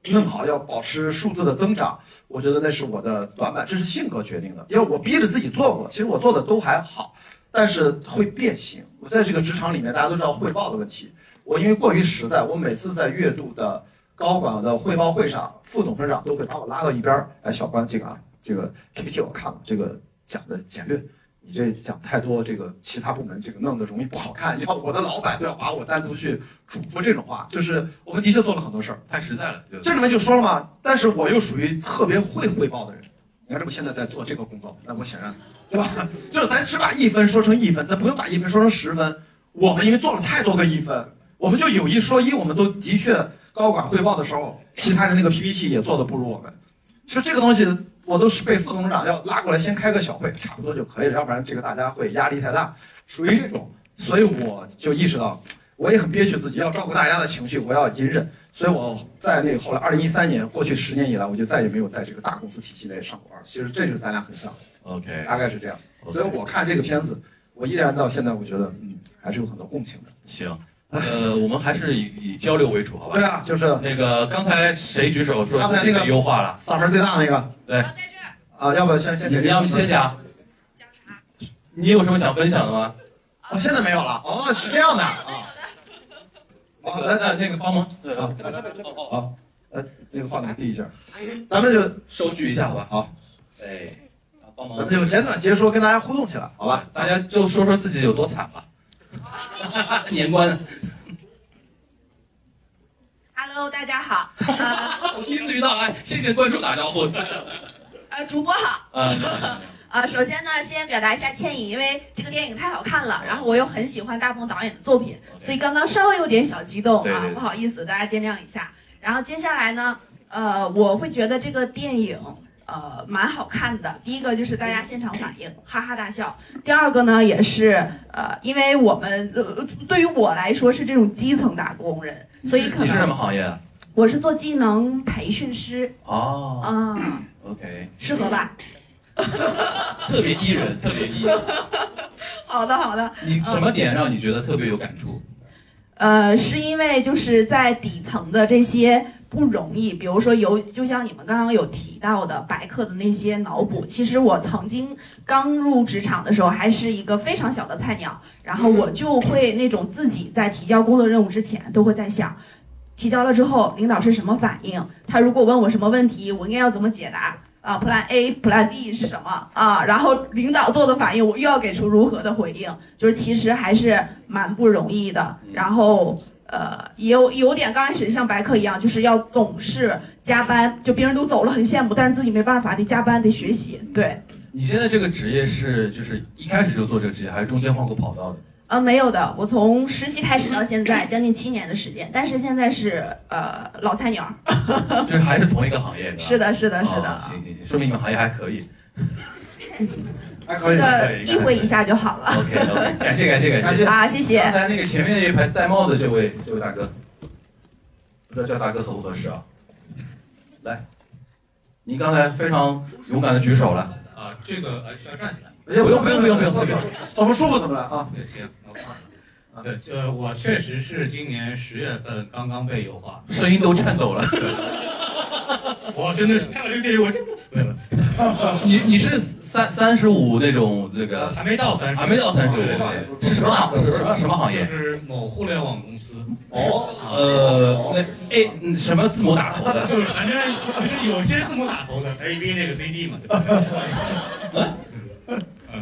Speaker 1: 弄好，要保持数字的增长，我觉得那是我的短板，这是性格决定的。因为我逼着自己做过，其实我做的都还好，但是会变形。我在这个职场里面，大家都知道汇报的问题。我因为过于实在，我每次在月度的高管的汇报会上，副董事长都会把我拉到一边儿，哎，小关，这个啊，这个 PPT 我看了，这个讲的简略。你这讲太多，这个其他部门这个弄得容易不好看。要我的老板都要把我单独去嘱咐这种话，就是我们的确做了很多事儿。
Speaker 2: 太实在了，对不对？
Speaker 1: 这里面就说了嘛，但是我又属于特别会汇报的人。你看，这不现在在做这个工作，那我显然，对吧？ 就是咱只把一分说成一分，咱不用把一分说成十分。我们因为做了太多个一分，我们就有一说一，我们都的确高管汇报的时候，其他人那个 PPT 也做的不如我们。就这个东西，我都是被副董事长要拉过来先开个小会，差不多就可以了，要不然这个大家会压力太大，属于这种。所以我就意识到，我也很憋屈自己，要照顾大家的情绪，我要隐忍。所以我在那个后来，二零一三年过去十年以来，我就再也没有在这个大公司体系内上过班。其实这就是咱俩很像，
Speaker 2: OK，
Speaker 1: 大概是这样。所以我看这个片子，我依然到现在，我觉得嗯，还是有很多共情的。
Speaker 2: 行，呃，我们还是以以交流为主，好吧
Speaker 1: 对？啊，就是
Speaker 2: 那个刚才谁举手说
Speaker 1: 刚才
Speaker 2: 自己
Speaker 1: 那个
Speaker 2: 被优化了？
Speaker 1: 嗓门最大那个
Speaker 2: 对
Speaker 3: 然后在这儿
Speaker 1: 啊，要不先先
Speaker 2: 你
Speaker 1: 给这个
Speaker 2: 要不先讲，
Speaker 3: 讲啥？
Speaker 2: 你有什么想分享的吗？
Speaker 1: 哦，现在没有了。哦，是这样的啊。
Speaker 2: 那
Speaker 1: 好，
Speaker 2: 个
Speaker 1: 来，
Speaker 2: 那那个帮忙，
Speaker 1: 啊
Speaker 2: 好，
Speaker 1: 好，呃，那个话筒递一下，咱们就
Speaker 2: 手举一下，好吧？
Speaker 1: 好，
Speaker 2: 哎，啊帮忙，
Speaker 1: 咱们就简短截说，跟大家互动起来，好吧？
Speaker 2: 大家就说说自己有多惨吧。年关，
Speaker 3: Hello，大家好，呃
Speaker 2: 我第一次遇到，哎，先跟观众打招呼。
Speaker 3: 呃，主播好。
Speaker 2: 啊，
Speaker 3: 呃，首先呢，先表达一下歉意，因为这个电影太好看了，然后我又很喜欢大鹏导演的作品，所以刚刚稍微有点小激动
Speaker 2: 对对
Speaker 3: 啊
Speaker 2: 对，
Speaker 3: 不好意思，大家见谅一下。然后接下来呢，呃，我会觉得这个电影。呃，蛮好看的。第一个就是大家现场反应，哈哈大笑；第二个呢，也是呃，因为我们、呃、对于我来说是这种基层打工人，所以可
Speaker 2: 你是什
Speaker 3: 能
Speaker 2: 么行业？啊
Speaker 3: 我是做技能培训师
Speaker 2: 哦
Speaker 3: 啊、
Speaker 2: ，OK，
Speaker 3: 适合吧？
Speaker 2: 特别伊人，特别伊。
Speaker 3: 好的，好的。
Speaker 2: 你什么点让你觉得特别有感触？
Speaker 3: 呃，是因为就是在底层的这些不容易，比如说有，就像你们刚刚有提到的白客的那些脑补，其实我曾经刚入职场的时候还是一个非常小的菜鸟，然后我就会那种自己在提交工作任务之前都会在想。提交了之后，领导是什么反应？他如果问我什么问题，我应该要怎么解答？啊，Plan A、Plan B 是什么啊？然后领导做的反应，我又要给出如何的回应？就是其实还是蛮不容易的。然后呃，也有有点刚开始像白客一样，就是要总是加班，就别人都走了很羡慕，但是自己没办法，得加班得学习。对，
Speaker 2: 你现在这个职业是就是一开始就做这个职业，还是中间换过跑道的？
Speaker 3: 呃，没有的，我从实习开始到 现在将近七年的时间，但是现在是呃老菜鸟。
Speaker 2: 就是还是同一个行业的？
Speaker 3: 是
Speaker 2: 的，
Speaker 3: 的，是的，是的
Speaker 2: 啊哦，行行行，说明你们行业还可以。
Speaker 1: 还可
Speaker 3: 这
Speaker 1: 以。
Speaker 3: 个意会一下就好了。
Speaker 2: OK OK，感谢感谢感
Speaker 1: 感
Speaker 2: 谢。
Speaker 1: 谢
Speaker 3: 啊，谢谢
Speaker 2: 刚。才那个前面那一排戴帽的这位这位大哥，不知道叫大哥合不合适啊？来，您刚才非常勇敢的举手了。
Speaker 4: 啊，这个呃需要站起来。
Speaker 1: 哎呀
Speaker 2: 不用不用不用不用
Speaker 1: 怎
Speaker 2: 随便
Speaker 1: 么怎么舒服怎么来啊！
Speaker 4: 对，行，我看了。对，就是我确实是今年十月份刚刚被优化，
Speaker 2: 声音都颤抖了。
Speaker 4: 我真的是看了这个电影，我真的没有，
Speaker 2: 你你是三三十五那种那个
Speaker 4: 还没到三十，
Speaker 2: 还没到三十
Speaker 4: 对对
Speaker 2: 五，
Speaker 4: 对
Speaker 2: 是什么行是什么什么行
Speaker 4: 就
Speaker 2: 业？
Speaker 4: 是某互联网公司，
Speaker 1: 哦，
Speaker 2: 呃，那 A 嗯什么字母打头的？
Speaker 4: 就是反正就是有些字母打头的哎 A B 那个 C D 嘛。对吧嗯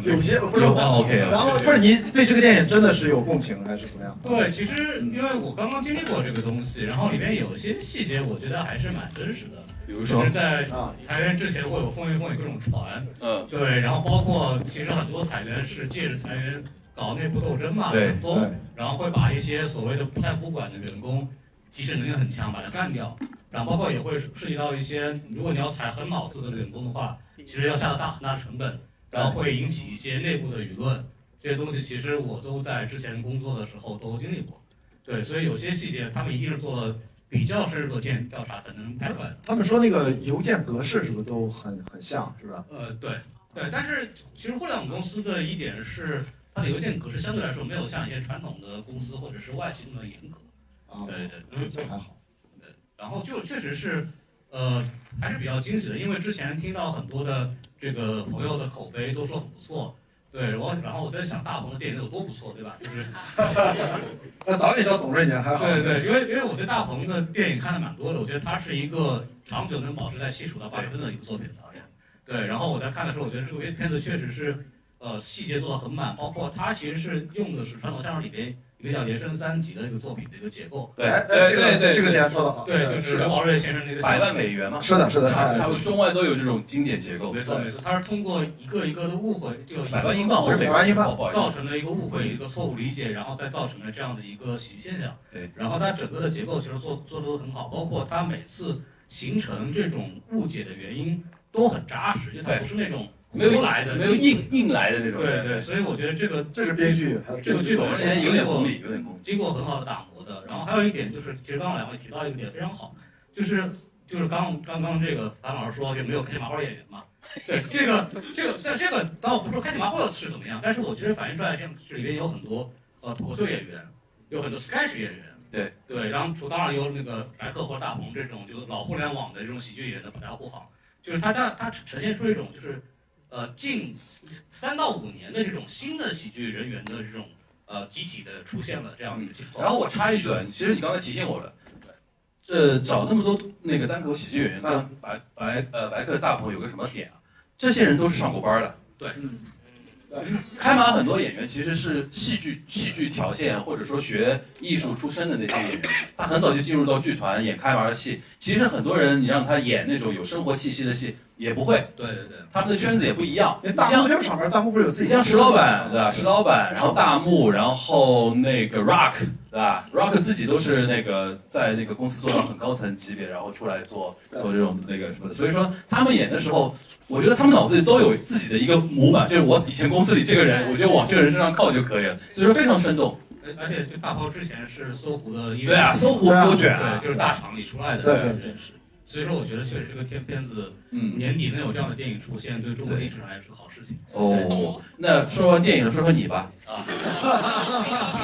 Speaker 1: 有些不是
Speaker 2: 有啊，OK
Speaker 1: 然后不是您对这个电影真的是有共情还是怎么样？
Speaker 4: 对，其实因为我刚刚经历过这个东西，然后里面有些细节，我觉得还是蛮真实的。
Speaker 2: 比如
Speaker 4: 就
Speaker 2: 说
Speaker 4: 是，在
Speaker 1: 啊
Speaker 4: 裁员之前会有风言风语各种传，
Speaker 2: 嗯，
Speaker 4: 对，然后包括其实很多裁员是借着裁员搞内部斗争嘛，
Speaker 2: 对
Speaker 4: 整风，然后会把一些所谓的不太服管的员工，即使能力很强，把他干掉，然后包括也会涉及到一些，如果你要裁很老字的员工的话，其实要下大很大成本，然后会引起一些内部的舆论，这些东西其实我都在之前工作的时候都经历过，对，所以有些细节他们一定是做了比较深入的建调查才能拍出来的。
Speaker 1: 他们说那个邮件格式是不是都很很像，是吧？
Speaker 4: 呃，对对，但是其实互联网公司的一点是，它的邮件格式相对来说没有像一些传统的公司或者是外企那么严格。
Speaker 1: 啊，
Speaker 4: 对对对。
Speaker 1: 这还好。
Speaker 4: 然后就确实是，呃，还是比较惊喜的，因为之前听到很多的这个朋友的口碑都说很不错。对，我然后我在想，大鹏的电影有多不错，对吧？就是
Speaker 1: 那导演叫董瑞年还好。
Speaker 4: 对对，因为因为我对大鹏的电影看的蛮多的，我觉得他是一个长久能保持在七十五到八十分的一个作品导演。对，然后我在看的时候，我觉得这个片子确实是，呃，细节做的很满，包括他其实是用的是传统相声里边一个叫连升三级的一个作品的一个结构。
Speaker 2: 对
Speaker 1: 哎哎
Speaker 2: 对
Speaker 1: 这个
Speaker 2: 对对，
Speaker 1: 这个点说的好。
Speaker 4: 对，就是是
Speaker 1: 的，
Speaker 4: 王瑞先生那个
Speaker 2: 百万美元嘛，
Speaker 1: 是的，是的。
Speaker 2: 差
Speaker 1: 哎
Speaker 2: 差不多中外都有这种经典结构
Speaker 4: 没，错没错，他是通过一个一个的误会，就
Speaker 2: 百万英镑哦或者美
Speaker 1: 百万英镑
Speaker 2: 不好意
Speaker 4: 造
Speaker 2: 思，
Speaker 4: 成了一个误会，一个错误理解，然后再造成了这样的一个喜剧现象。
Speaker 2: 对，
Speaker 4: 然后它整个的结构其实做做的都很好，包括它每次形成这种误解的原因都很扎实，因为它
Speaker 2: 对
Speaker 4: 不是那种
Speaker 2: 没有
Speaker 4: 胡来的，
Speaker 2: 没有。硬硬来的那种。
Speaker 4: 对对，所以我觉得这个
Speaker 1: 这是编剧，还有
Speaker 4: 这个剧
Speaker 2: 我
Speaker 4: 本
Speaker 2: 们
Speaker 4: 身
Speaker 2: 现在有点功利，有点功利。
Speaker 4: 经过很好的打磨的。然后还有一点就是，其实刚刚两位提到一个点非常好，就是就是刚刚刚这个樊老师说就没有开心麻花演员嘛。 对，这个这个但这个倒不说开心麻花是怎么样，但是我觉得反映出来像这里面有很多呃脱口秀演员，有很多 sketch 演员。
Speaker 2: 对
Speaker 4: 对，然后除当然有那个白客或者大鹏这种就老互联网的这种喜剧演员的百大护航，就是他他他呈现出一种就是呃近三到五年的这种新的喜剧人员的这种呃集体的出现了这样的一个情况。
Speaker 2: 然后我插一句啊，其实你刚才提醒我了，呃，找那么多那个单口喜剧演员，
Speaker 1: 嗯
Speaker 2: 白白呃白客大鹏有个什么点啊？这些人都是上过班的，对
Speaker 1: 嗯对
Speaker 2: 开码很多演员其实是戏剧戏剧条线啊或者说学艺术出身的那些演员，他很早就进入到剧团演开码的戏。其实很多人你让他演那种有生活气息的戏也不会，
Speaker 4: 对对对，
Speaker 2: 他们的圈子也不一样。
Speaker 1: 那
Speaker 2: 你
Speaker 1: 大
Speaker 2: 像
Speaker 1: 幕就是上班，大幕不是有自己
Speaker 2: 像石老板对吧？石老板，然后大木，然后那个 Rock 对吧？Rock 自己都是那个在那个公司做到很高层级别，然后出来做做这种那个什么的。所以说他们演的时候，我觉得他们脑子里都有自己的一个模板，就是我以前公司里这个人，我就往这个人身上靠就可以了。所以说非常生动。
Speaker 4: 而而且就大鹏之前是搜狐的音乐，
Speaker 2: 对啊，搜狐多卷
Speaker 4: 对，
Speaker 2: 啊，
Speaker 4: 就是大厂里出来的，
Speaker 1: 对
Speaker 4: 对是。所以说，我觉得确实这个片片子
Speaker 2: 嗯
Speaker 4: 年底能有这样的电影出现，对中国电影市场来说是个好事情。
Speaker 2: 哦，那说完电影，说说你吧啊，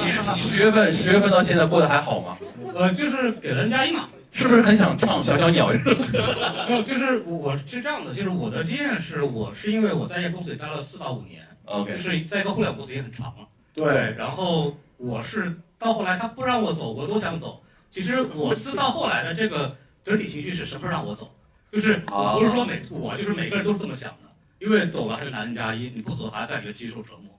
Speaker 2: 你是你十月份十月份到现在过得还好吗？
Speaker 4: 呃，就是给了人家一马，
Speaker 2: 是不是很想唱小小鸟？
Speaker 4: 没有，哦就是我我是这样的，就是我的经验是，我是因为我在一家公司里待了四到五年，就
Speaker 2: OK，
Speaker 4: 是在一个互联网公司也很长了。
Speaker 1: 对，
Speaker 4: 然后我是到后来他不让我走，我都想走，其实我思到后来的这个整体情绪是什么让我走，就是
Speaker 2: 啊
Speaker 4: 我不是说每我就是每个人都是这么想的，因为走了还是拿 N 加一，你不走还要在里面接受折磨，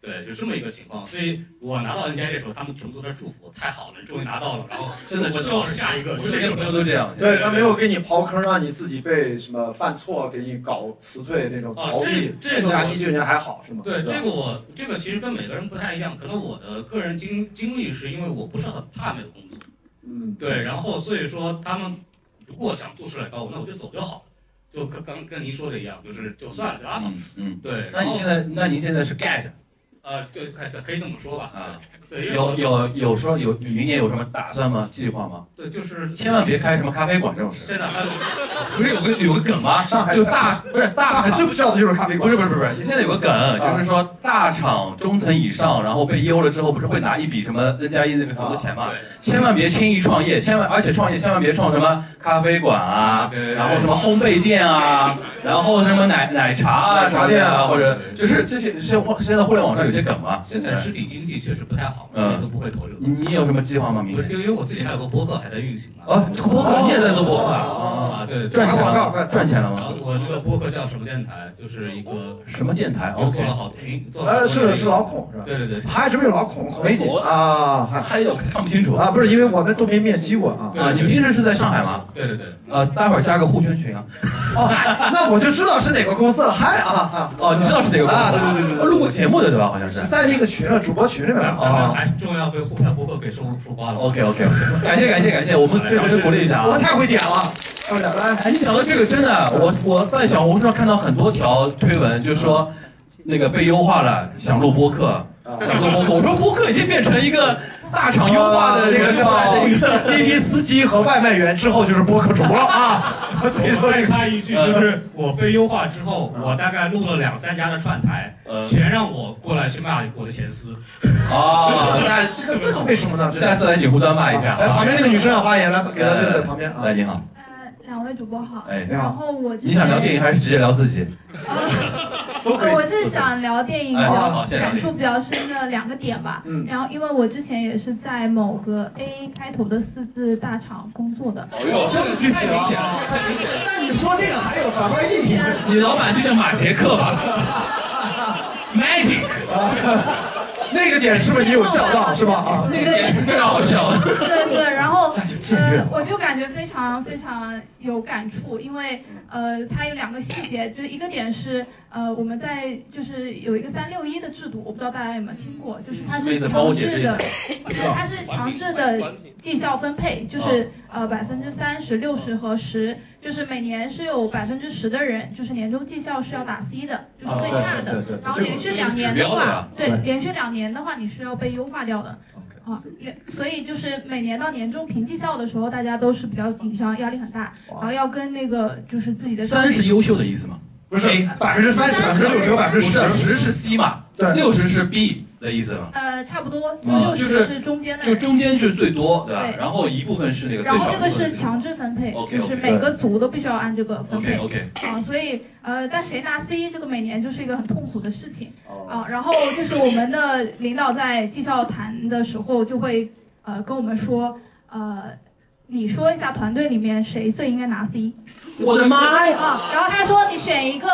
Speaker 4: 对，就这么一个情况。所以我拿到 N 加一的时候，他们全部都在祝福我，太好了，你终于拿到了，然后
Speaker 2: 真的
Speaker 4: 我希望我是下一个，
Speaker 2: 我
Speaker 4: 就是
Speaker 2: 身
Speaker 4: 这
Speaker 2: 边的
Speaker 4: 种
Speaker 2: 朋友都这样。
Speaker 1: 对他没有给你刨坑，让你自己被什么犯错给你搞辞退那种
Speaker 4: 啊
Speaker 1: 逃避，
Speaker 4: 这这个
Speaker 1: 加
Speaker 4: 我
Speaker 1: 一就人还好是吗？
Speaker 4: 对，
Speaker 1: 吧
Speaker 4: 这个我这个其实跟每个人不太一样，可能我的个人经经历是因为我不是很怕那个工作，
Speaker 1: 嗯，
Speaker 4: 对，然后所以说他们如果想做出来高我，那我就走就好了，就跟刚跟您说的一样，就是就算了，就拉倒。
Speaker 2: 嗯嗯。
Speaker 4: 对，
Speaker 2: 那
Speaker 4: 然
Speaker 2: 你
Speaker 4: 后
Speaker 2: 现在，那您现在是 get
Speaker 4: 呃，对，可以可以这么说吧，
Speaker 2: 啊？
Speaker 4: 对，因为我
Speaker 2: 有有有说有明年有什么打算吗？计划吗？
Speaker 4: 对，就是
Speaker 2: 千万别开什么咖啡馆这种事。
Speaker 4: 现在还有
Speaker 2: 不是有个有个梗吗？
Speaker 1: 上海
Speaker 2: 就大不是
Speaker 1: 上
Speaker 2: 大
Speaker 1: 海
Speaker 2: 厂
Speaker 1: 最不需要的就是咖啡
Speaker 2: 不
Speaker 1: 馆，
Speaker 2: 是不是不是，现在有个梗，就是说大厂中层以上，然后被优了之后，不是会拿一笔什么 N 加一那边很多钱吗？
Speaker 4: 对
Speaker 2: 千万别轻易创业，千万而且创业千万别创什么咖啡馆啊，
Speaker 4: 对
Speaker 2: 然后什么烘焙 店啊，然后什么奶奶茶啊什
Speaker 1: 奶茶
Speaker 2: 么
Speaker 1: 店
Speaker 2: 的
Speaker 1: 啊
Speaker 2: 啊，或者就是这些现现在互联网上有些梗嘛。
Speaker 4: 现在实体经济确实不太好，
Speaker 2: 嗯
Speaker 4: 所以都不会投入。
Speaker 2: 你你有什么计划吗？明
Speaker 4: 不是，
Speaker 2: 年？
Speaker 4: 就因为我自己还有个博客还在运行嘛。
Speaker 2: 啊，这个博客你也在做博客
Speaker 4: 啊，
Speaker 2: 啊？
Speaker 4: 对，
Speaker 2: 赚钱
Speaker 1: 打
Speaker 2: 了
Speaker 1: 广告快
Speaker 2: 吗？赚钱了
Speaker 4: 然后
Speaker 2: 吗？
Speaker 4: 我这个播客叫什么电台？就是一个
Speaker 2: 什么电台
Speaker 4: 又
Speaker 2: ？OK
Speaker 4: 做。了好听，做了好
Speaker 1: 呃，
Speaker 4: 多
Speaker 1: 是是老
Speaker 4: 年
Speaker 1: 孔是吧？
Speaker 4: 对对对，
Speaker 1: 还是不是有老孔孔
Speaker 2: 没
Speaker 1: 梅
Speaker 2: 错
Speaker 1: 姐啊？嗨
Speaker 2: 还有看不清楚
Speaker 1: 啊，不是因为我们都没面基过啊。
Speaker 2: 啊！你们平时是在上海吗？
Speaker 4: 对对对，
Speaker 2: 呃，待会儿加个互圈群啊。
Speaker 1: 哦，那我就知道是哪个公司了。嗨啊啊！
Speaker 2: 哦，你知道是哪个公司
Speaker 1: 啊对对对对对
Speaker 2: 录过节目的对吧？好像是
Speaker 1: 是。在那个群啊，主播群里面
Speaker 4: 咱
Speaker 1: 啊。
Speaker 2: 哦
Speaker 4: 们还重要被互派播客给收收刮了。
Speaker 2: OK OK，感谢感谢感谢，我们
Speaker 1: 对
Speaker 2: 掌声鼓励一下
Speaker 1: 我
Speaker 2: 啊
Speaker 1: 们！太会点了，太会点了。来
Speaker 2: 哎，你讲到这个真的，我我在小红书上看到很多条推文，就说那个被优化了，想录播客，
Speaker 1: 啊
Speaker 2: 想做播客。我说播客已经变成一个大厂优化的那
Speaker 1: 那
Speaker 2: 个
Speaker 1: 个
Speaker 2: 优化的一个
Speaker 1: 叫滴滴司机和外卖员之后就是播客主播了啊。我
Speaker 4: 我
Speaker 1: 说
Speaker 4: 再
Speaker 1: 这个
Speaker 4: 插一句，
Speaker 2: 呃
Speaker 4: 就是我被优化之后，我大概录了两三家的串台，
Speaker 2: 嗯呃
Speaker 4: 全让我过来去骂我的前司。
Speaker 2: 啊，
Speaker 1: 哎，这个这个为什么呢？
Speaker 2: 下次来警湖端骂一下
Speaker 1: 来，
Speaker 2: 啊哎
Speaker 1: 旁。边那个女生要发言了，给她这个旁边啊
Speaker 2: 来，。你好，
Speaker 5: 呃，两位主播好。
Speaker 2: 哎，
Speaker 1: 你
Speaker 5: 然
Speaker 1: 好，
Speaker 5: 后我之前
Speaker 2: 你想聊电影还是直接聊自己？
Speaker 1: 都可以。
Speaker 5: 我是想聊电影，
Speaker 2: 哎，
Speaker 5: 聊
Speaker 2: 好，现在聊电
Speaker 5: 感
Speaker 2: 影
Speaker 5: 触比较深的两个点吧。
Speaker 1: 嗯，
Speaker 5: 然后，因为我之前也是在某个 A 开头的四字大厂工作的，
Speaker 2: 哎呦，这个剧啊太明显了，太明显了。
Speaker 1: 那你说这个还有啥关 系？
Speaker 2: 你老板就叫马杰克吧？Magic，
Speaker 1: 那个点是不是你有笑到是吧？啊，
Speaker 2: 那个点是非常好笑。
Speaker 5: 对对，然后
Speaker 1: 那就僭越
Speaker 5: 呃，
Speaker 1: 了。
Speaker 5: 我就感觉非常非常有感触，因为呃，它有两个细节，就一个点是呃，我们在就是有一个三六一的制度，我不知道大家有没有听
Speaker 1: 嗯
Speaker 5: 过，就是它
Speaker 2: 什么意
Speaker 5: 是
Speaker 2: 思帮我
Speaker 5: 强
Speaker 2: 解释
Speaker 5: 制
Speaker 2: 一下
Speaker 5: 的，不是它是强制的绩效分配，就是呃百分之三十、六十和十，就是每年是有百分之十的人，就是年终绩效是要打 C 的，就是最差
Speaker 1: 对对
Speaker 5: 的。
Speaker 1: 对
Speaker 5: 然后
Speaker 1: 对对
Speaker 5: 连续两年
Speaker 2: 这个
Speaker 5: 的
Speaker 2: 是指标的啊
Speaker 5: 话，对
Speaker 1: 对，
Speaker 5: 连续两年的话，你是要被优化掉的。啊，所以就是每年到年终评绩效的时候，大家都是比较紧张，压力很大，
Speaker 1: 哇
Speaker 5: 然后要跟那个就是自己的
Speaker 2: 三是优秀的意思吗？
Speaker 1: 不是百分之三十、百分之六十和百
Speaker 2: 不
Speaker 1: 分之
Speaker 2: 是，
Speaker 1: 十，
Speaker 2: 十是 C 嘛，
Speaker 1: 对
Speaker 2: 六十是 B 的意思嘛，
Speaker 5: 呃差不多，
Speaker 2: 啊
Speaker 5: 六十
Speaker 2: 就是
Speaker 5: 是中间的
Speaker 2: 就
Speaker 5: 人，
Speaker 2: 中间是最多，对吧？
Speaker 5: 对
Speaker 2: 然后一部分是那个
Speaker 5: 然
Speaker 2: 最
Speaker 5: 后
Speaker 2: 少
Speaker 5: 这
Speaker 2: 的
Speaker 5: 个
Speaker 2: 部分。
Speaker 5: 是强制分配，
Speaker 2: OK，OK，
Speaker 5: 就是每个组都必须要按这个分
Speaker 2: OK
Speaker 5: 配
Speaker 2: OK，
Speaker 5: 啊，所以呃，但谁拿 C 这个每年就是一个很痛苦的事情
Speaker 2: 哦
Speaker 5: 啊。然后就是我们的领导在绩效谈的时候就会呃跟我们说呃。你说一下团队里面谁最应该拿 C？
Speaker 2: 我的妈呀！
Speaker 5: 啊，然后他说你选一个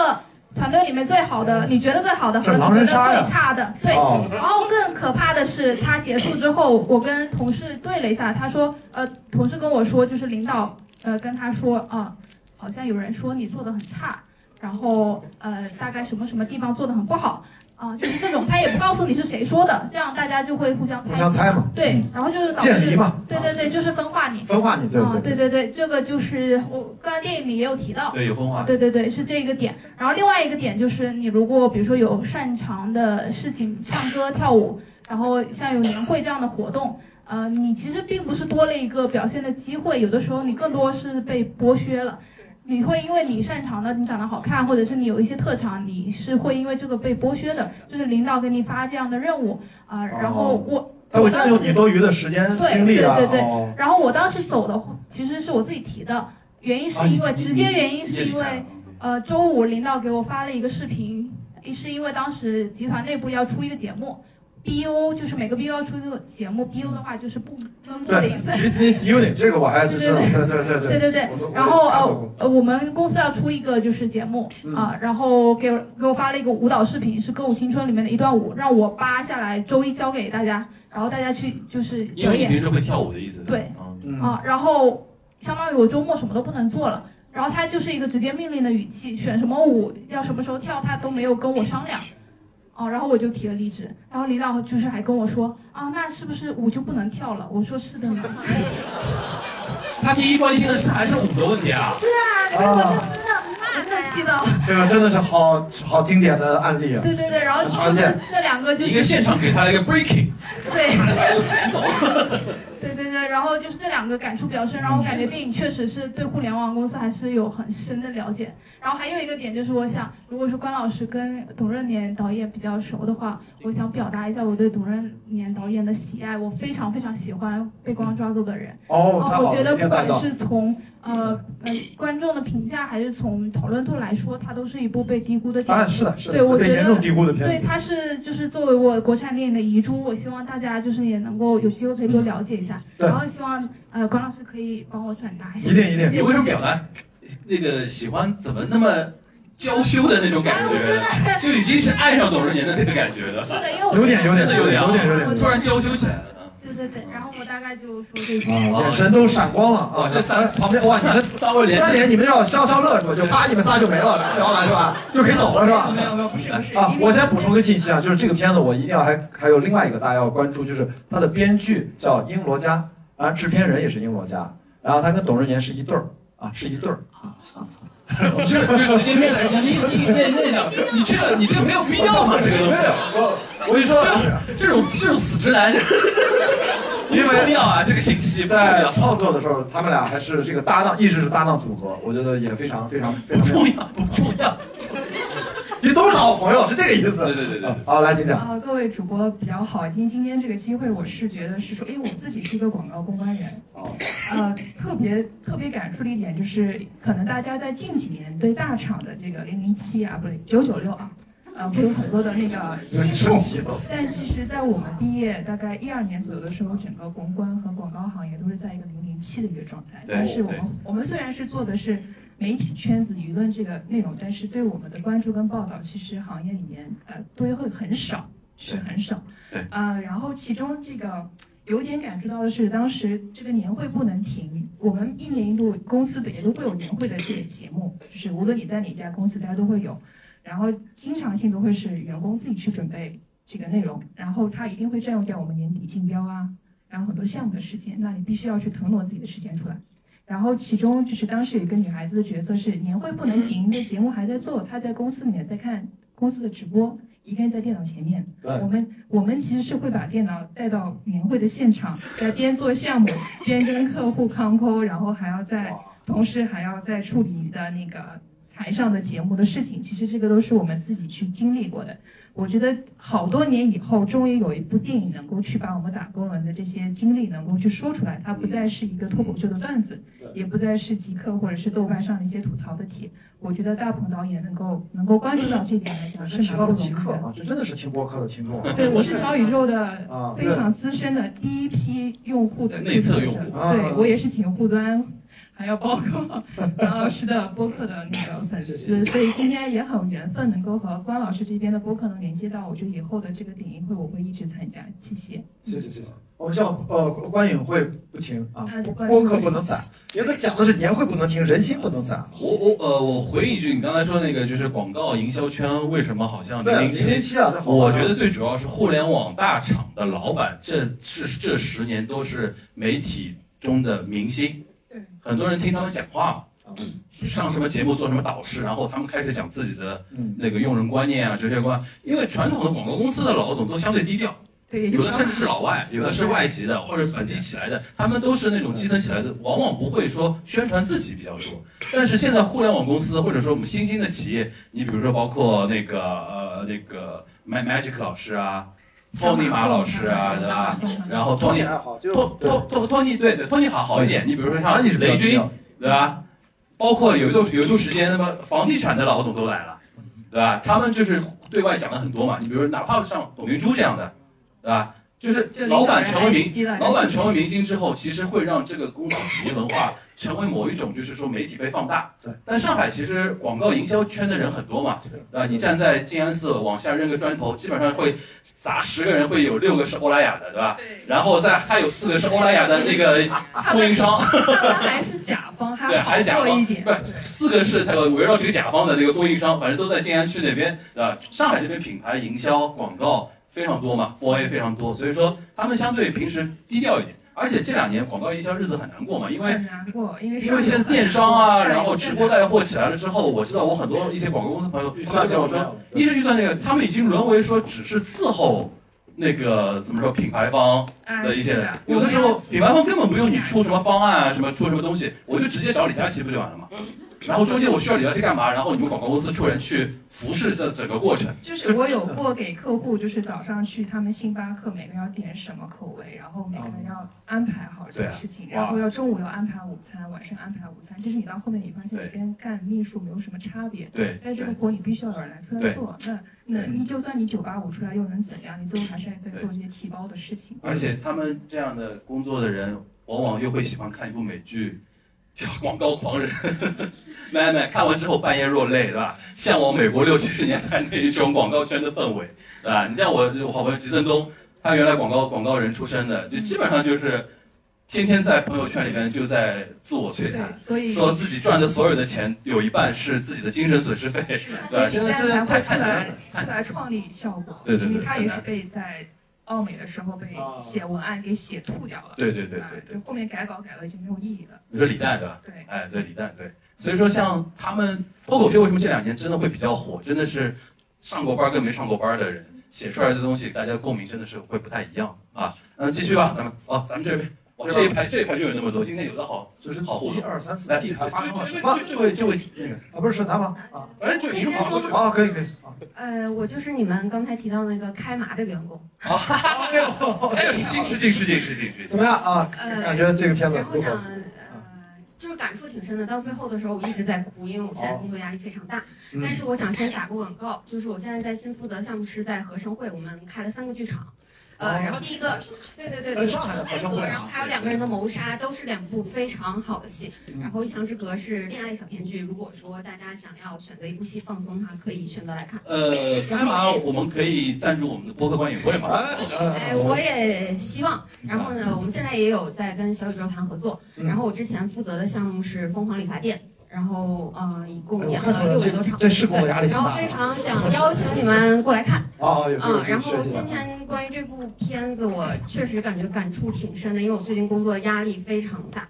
Speaker 5: 团队里面最好的，你觉得最好的和
Speaker 1: 这
Speaker 5: 你
Speaker 1: 狼人
Speaker 5: 觉
Speaker 1: 杀呀
Speaker 5: 得最差的，对。
Speaker 1: 哦
Speaker 5: 然后更可怕的是，他结束之后，我跟同事对了一下，他说，呃，同事跟我说，就是领导，呃，跟他说啊、好像有人说你做的很差，然后呃，大概什么什么地方做的很不好。啊、就是这种，他也不告诉你是谁说的，这样大家就会互相猜
Speaker 1: 互相猜嘛
Speaker 5: 对，然后就是导致
Speaker 1: 见离嗯嘛啊
Speaker 5: 对对对，就是分化你。
Speaker 1: 分化你，对
Speaker 5: 啊、
Speaker 1: 不对？
Speaker 5: 对对对，这个就是我刚才电影里也有提到，
Speaker 2: 对，有分化。
Speaker 5: 对对对，是这个点。然后另外一个点就是，你如果比如说有擅长的事情，唱歌、跳舞，然后像有年会这样的活动，呃，你其实并不是多了一个表现的机会，有的时候你更多是被剥削了。你会因为你擅长的，你长得好看，或者是你有一些特长，你是会因为这个被剥削的，就是领导给你发这样的任务啊、然后
Speaker 1: 哦
Speaker 5: 我
Speaker 1: 他会占用你多余的时间、精力啊。
Speaker 5: 对对对
Speaker 1: 哦
Speaker 5: 然后我当时走的其实是我自己提的，原因是因为、
Speaker 2: 啊你
Speaker 5: 直接原因
Speaker 2: 你也
Speaker 5: 是因
Speaker 2: 离开
Speaker 5: 为
Speaker 2: 了
Speaker 5: 呃周五领导给我发了一个视频，是因为当时集团内部要出一个节目， BU 就是每个 BU 要出一个节目，BU 的话就是部分部 的意
Speaker 1: 对
Speaker 5: 思。
Speaker 1: ，business unit 这个我还知道，对对对
Speaker 5: 对对对
Speaker 1: 我们我，们
Speaker 5: 然后
Speaker 1: 看到过
Speaker 5: 呃呃，我们公司要出一个就是节目
Speaker 1: 嗯
Speaker 5: 啊、然后给我给我发了一个舞蹈视频，是《歌舞青春》里面的一段舞，让我扒下来，周一教给大家，然后大家去就是
Speaker 2: 因
Speaker 5: 表
Speaker 2: 为你
Speaker 5: 演
Speaker 2: 平时会跳舞的意思。
Speaker 5: 对
Speaker 2: 嗯，
Speaker 1: 嗯，
Speaker 5: 啊、然后相当于我周末什么都不能做了，然后他就是一个直接命令的语气，选什么舞要什么时候跳，他都没有跟我商量。哦，然后我就提了离职，然后领导就是还跟我说啊，那是不是舞就不能跳了？我说是的呢。
Speaker 2: 他第一关心的是还是舞的问题啊。
Speaker 5: 是啊，所以我就真的很骂他气的。
Speaker 1: 这个真的是好好经典的案例啊。
Speaker 5: 对对对，然后
Speaker 1: 常
Speaker 5: 就是
Speaker 1: 见
Speaker 5: 这两个就
Speaker 2: 一个
Speaker 5: 是
Speaker 2: 现场给他了一个 breaking，
Speaker 5: 对
Speaker 2: 把他舞卷走。
Speaker 1: 啊
Speaker 5: 对对对，然后就是这两个感触比较深，然后我感觉电影确实是对互联网公司还是有很深的了解。然后还有一个点就是，我想如果是关老师跟董润年导演比较熟的话，我想表达一下我对董润年导演的喜爱，我非常非常喜欢《被光抓住的人》。
Speaker 1: 哦，太
Speaker 5: 哦，
Speaker 1: 好
Speaker 5: 我觉
Speaker 1: 了，
Speaker 5: 得
Speaker 1: 一
Speaker 5: 不
Speaker 1: 定带
Speaker 5: 管
Speaker 1: 到。
Speaker 5: 是从呃呃观众的评价，还是从讨论度来说，它都是一部被低估的电影
Speaker 1: 啊，。是的，是
Speaker 5: 对
Speaker 1: 的，
Speaker 5: 我
Speaker 1: 被
Speaker 5: 觉
Speaker 1: 严
Speaker 5: 得
Speaker 1: 重低估的
Speaker 5: 对，
Speaker 1: 片子。
Speaker 5: 它是就是作为我国产电影的遗珠，我希望大家就是也能够有机会可以多了解一
Speaker 1: 嗯
Speaker 5: 下，
Speaker 1: 对
Speaker 5: 然后希望呃关老师可以帮我转达一下。
Speaker 1: 一定一定
Speaker 2: 你为什么表达那个喜欢怎么那么娇羞的那种
Speaker 5: 啊
Speaker 2: 感觉，就已经是爱上董润年的那个感觉了，
Speaker 5: 是的，因为我
Speaker 1: 有点有点
Speaker 2: 真的有点啊
Speaker 1: 有点有点有
Speaker 2: 突
Speaker 1: 点
Speaker 2: 然娇羞起来了。嗯
Speaker 5: 对对对，然后我大概就说这些。
Speaker 1: 啊，眼神都闪光了
Speaker 2: 哇，
Speaker 1: 啊！
Speaker 2: 哦这三
Speaker 1: 旁边哇，你们
Speaker 2: 三位连
Speaker 1: 三连，你们要消消乐是吧？就啪，你们仨就没了，聊完是吧？就可以走了是吧？
Speaker 6: 没有没有，不是不是，
Speaker 1: 啊
Speaker 6: 因，为
Speaker 1: 我先补充个信息啊，就是这个片子我一定要还还有另外一个大家要关注，就是它的编剧叫英罗嘉，然后制片人也是英罗嘉，然后他跟董润年是一对儿啊，是一对儿。
Speaker 2: 这 这直接面来，你你那那两，你这个你这个没有必要嘛，这个东西。
Speaker 1: 我我就说
Speaker 2: 这这种这种死直男，
Speaker 1: 因为
Speaker 2: 不重要啊，这个信息不重
Speaker 1: 在
Speaker 2: 要，
Speaker 1: 创作的时候，他们俩还是这个搭档，一直是搭档组合，我觉得也非常非常非
Speaker 2: 不
Speaker 1: 常妙。
Speaker 2: 重要，不重要。
Speaker 1: 你都是好朋友，是这个意思。
Speaker 2: 对对对对
Speaker 1: 啊好，来，请讲。
Speaker 6: 啊，各位主播比较好，因为今天这个机会，我是觉得是说，因为我自己是一个广告公关人，
Speaker 1: 哦
Speaker 6: 呃，特别特别感触的一点就是，可能大家在近几年对大厂的这个零零七啊，不对，九九六啊，呃，会有很多的 那个
Speaker 1: 你
Speaker 6: 心
Speaker 1: 生
Speaker 6: 痛。
Speaker 1: 气了。
Speaker 6: 但其实，在我们毕业大概一二年左右的时候，整个公关和广告行业都是在一个零零七的一个状态。
Speaker 2: 对
Speaker 6: 但是我们
Speaker 2: 对
Speaker 6: 我们虽然是做的是媒体圈子舆论这个内容，但是对我们的关注跟报道，其实行业里面呃都会很少，是很少。
Speaker 2: 对。
Speaker 6: 呃，然后其中这个。有点感触到的是，当时这个年会不能停，我们一年一度公司的也都会有年会的这个节目，就是无论你在哪家公司，大家都会有，然后经常性都会是员工自己去准备这个内容，然后它一定会占用掉我们年底竞标啊，然后很多项目的时间，那你必须要去腾挪自己的时间出来。然后其中就是当时有一个女孩子的角色是年会不能停，那节目还在做，她在公司里面在看公司的直播，一个人在电脑前面。
Speaker 1: 对
Speaker 6: 我们我们其实是会把电脑带到年会的现场，在边做项目边跟客户 c 抠，然后还要在同时还要在处理你的那个台上的节目的事情。其实这个都是我们自己去经历过的。我觉得好多年以后，终于有一部电影能够去把我们打工人的这些经历能够去说出来，它不再是一个脱口秀的段子，也不再是极客或者是豆瓣上的一些吐槽的帖。我觉得大鹏导演能够能够关注到这点来讲是
Speaker 1: 真提
Speaker 6: 蛮
Speaker 1: 到
Speaker 6: 不
Speaker 1: 了
Speaker 6: 容
Speaker 1: 极
Speaker 6: 易
Speaker 1: 客
Speaker 6: 的。
Speaker 1: 啊，这真的是听播客的听众啊。
Speaker 6: 对，我是小宇宙的
Speaker 1: 啊，
Speaker 6: 非常资深的第一批用户的
Speaker 2: 内测用户
Speaker 1: 啊
Speaker 6: 对我也是请户端，还有包括 王老师的播客的那个粉丝，所以今天也很有缘分能够和关老师这边的播客能连接到，我觉得以后的这个点映会我会一直参加，谢谢。
Speaker 1: 谢谢谢谢。我们像呃观影会不停啊
Speaker 6: 啊，
Speaker 1: 播客不能散，因为他讲的是年会不能停，人心不能散。
Speaker 2: 我我呃，我回应一句，你刚才说那个就是广告营销圈为什么好像
Speaker 1: 对，
Speaker 2: 零零
Speaker 1: 零零
Speaker 2: 七？
Speaker 1: 七啊，这好玩啊。
Speaker 2: 我觉得最主要是互联网大厂的老板，这是这十年都是媒体中的明星
Speaker 6: 对，
Speaker 2: 很多人听他们讲话嘛
Speaker 1: 嗯，
Speaker 2: 上什么节目做什么导师，然后他们开始讲自己的
Speaker 1: 嗯，
Speaker 2: 那个用人观念啊、哲学观，因为传统的广告公司的老总都相对低调。
Speaker 6: 对，也就
Speaker 2: 有
Speaker 6: 是
Speaker 2: 的甚至啊是老外，有的是外籍的或者本地起来的，他们都是那种基层起来的，往往不会说宣传自己比较多。但是现在互联网公司或者说我们新兴的企业，你比如说包括那个呃那个 Ma- Magic 老师啊，Tony 马老师啊，对吧？然后
Speaker 1: 托尼
Speaker 2: Tony
Speaker 1: 还好，就
Speaker 2: 托
Speaker 1: 对
Speaker 2: 托托托尼对对托尼好好一点，你比如说像
Speaker 1: 安利是比较
Speaker 2: 雷
Speaker 1: 低
Speaker 2: 军
Speaker 1: 调
Speaker 2: 对吧？包括有一段有一段时间，那么房地产的老总都来了，对吧？他们就是对外讲了很多嘛。你比如哪怕像董明珠这样的，对吧？就是
Speaker 6: 就
Speaker 2: 老板成为明
Speaker 6: 明了，
Speaker 2: 老板
Speaker 6: 就是
Speaker 2: 成为明星之后，其实会让这个公司企业文化成为某一种，就是说媒体被放大。
Speaker 1: 对。
Speaker 2: 但上海其实广告营销圈的人很多嘛，啊，你站在静安寺往下扔个砖头，基本上会砸十个人，会有六个是欧莱雅的，对吧？
Speaker 6: 对
Speaker 2: 然后再还有四个是欧莱雅的那个
Speaker 6: 他
Speaker 2: 供应
Speaker 6: 们
Speaker 2: 商，
Speaker 6: 他们还是甲方，
Speaker 2: 对还
Speaker 6: 还
Speaker 2: 是甲
Speaker 6: 好
Speaker 2: 方
Speaker 6: 过一点
Speaker 2: 不。是四个是它围绕这个甲方的那个供应商，反正都在静安区那边啊。上海这边品牌营销广告非常多嘛，4A 非常多，所以说他们相对平时低调一点。而且这两年广告营销日子很难过嘛，因为
Speaker 6: 很难过，因为
Speaker 2: 因为现在电商啊，然后直播带货起来了之后，我知道我很多一些广告公司朋友
Speaker 1: 预
Speaker 2: 他
Speaker 1: 算
Speaker 2: 们跟
Speaker 1: 就
Speaker 2: 我
Speaker 1: 这
Speaker 2: 说，
Speaker 1: 样，
Speaker 2: 一是预算那个，他们已经沦为说只是伺候那个怎么说品牌方，
Speaker 6: 啊
Speaker 2: 的一些
Speaker 6: 是
Speaker 2: 人，有的时候品牌方根本不用你出什么方案啊，什么出什么东西，我就直接找李佳琦不就完了 吗？然后中间我需要李佳琦干嘛？然后你们广告公司出人去服侍这整个过程。
Speaker 6: 就是我有过给客户，就是早上去他们星巴克，每个人要点什么口味，然后每个人要安排好
Speaker 2: 哦
Speaker 6: 这
Speaker 2: 对
Speaker 6: 个
Speaker 2: 啊
Speaker 6: 事情，
Speaker 1: 哇
Speaker 6: 然后要中午要安排午餐，晚上安排午餐。就是你到后面你发现
Speaker 2: 对
Speaker 6: 你跟干秘书没有什么差别，
Speaker 2: 对，
Speaker 6: 但是这个活你必须要有人来出来
Speaker 2: 对
Speaker 6: 做。那那你就算你九八五出来又能怎样？你最后还是在做这些提包的事情。嗯
Speaker 2: 而且他们这样的工作的人，往往又会喜欢看一部美剧，叫《广告狂人》。 奶奶看完之后半夜落泪，对吧？向往美国六七十年代那一种广告圈的氛围，对吧？你像我，我好朋友吉振东，他原来广告广告人出身的，就基本上就是天天在朋友圈里面就在自我摧残
Speaker 6: 对，，所以
Speaker 2: 说自己赚的所有的钱有一半是自己的精神损失费，对
Speaker 6: 所
Speaker 2: 吧？真
Speaker 6: 以现
Speaker 2: 的
Speaker 6: 在
Speaker 2: 真的太
Speaker 6: 才会
Speaker 2: 太
Speaker 6: 出
Speaker 2: 难
Speaker 6: 来
Speaker 2: 了，太
Speaker 6: 出来创立效果，
Speaker 2: 对对对
Speaker 6: 因为他
Speaker 2: 很
Speaker 6: 也
Speaker 2: 难哦
Speaker 6: 是被在奥美的时候被写文案给写吐掉了，
Speaker 2: 对对对对
Speaker 6: 吧
Speaker 2: 对
Speaker 6: 就，后面改稿改了已经没有意义了，
Speaker 2: 你说李诞对吧？
Speaker 6: 对，
Speaker 2: 哎，对，李诞对，所以说像他们脱口秀为什么这两年真的会比较火，真的是上过班跟没上过班的人写出来的东西，大家共鸣真的是会不太一样啊。嗯，继续吧，咱们哦，咱们这边。哇，这一排这一排就有那么多，今天有的好就是好互
Speaker 1: 一
Speaker 2: 动。
Speaker 1: 二三四，
Speaker 2: 来，
Speaker 1: 地
Speaker 2: 这
Speaker 1: 盘
Speaker 2: 这
Speaker 1: 发生了
Speaker 2: 这
Speaker 1: 什么？
Speaker 2: 这这位这位那个，
Speaker 1: 啊，不是是他吗？啊
Speaker 2: 反正就一路跑过去。
Speaker 1: 啊，可以可以啊，
Speaker 7: 呃，我就是你们刚才提到那个开麻的员工。
Speaker 1: 哎呦，
Speaker 2: 哎呦，失敬失敬失敬失敬失
Speaker 1: 怎
Speaker 2: 敬。
Speaker 1: 么样啊？
Speaker 7: 呃
Speaker 1: 感觉这个片子
Speaker 7: 然后
Speaker 1: 如
Speaker 7: 想
Speaker 1: 何？
Speaker 7: 呃，就是感触挺深的。到最后的时候，我一直在哭，因为我现在工作压力非常大。
Speaker 1: 哦嗯
Speaker 7: 但是我想先打个广告，就是我现在在新富德项目是在合生汇，我们开了三个剧场。呃，
Speaker 1: 哦
Speaker 7: 然后第一个，对对对，
Speaker 1: 哎上海的合生汇啊
Speaker 7: 然后还有两个人的谋杀，都是两部非常好的戏。
Speaker 1: 嗯
Speaker 7: 然后《一墙之隔》是恋爱小甜剧，如果说大家想要选择一部戏放松的话，可以选择来看。
Speaker 2: 呃，干嘛我们可以赞助我们的播客观影会吗？
Speaker 1: 哎，
Speaker 7: 哎，我也希望。然后呢，我们现在也有在跟小宇宙谈合作。
Speaker 1: 嗯
Speaker 7: 然后我之前负责的项目是《疯狂理发店》，然后呃，一共
Speaker 1: 哎我
Speaker 7: 演
Speaker 1: 看出
Speaker 7: 了
Speaker 1: 来
Speaker 7: 六百多
Speaker 1: 这
Speaker 7: 场。
Speaker 1: 这是工作压力
Speaker 7: 对，
Speaker 1: 挺
Speaker 7: 然后
Speaker 1: 大
Speaker 7: 非
Speaker 1: 的。
Speaker 7: 常想邀请你们过来看
Speaker 1: 啊，有时
Speaker 7: 啊、
Speaker 5: 嗯
Speaker 1: 候
Speaker 7: 然后
Speaker 1: 学习
Speaker 7: 今
Speaker 1: 的。
Speaker 7: 天关于这部片子，我确实感觉感触挺深的，因为我最近工作压力非常大，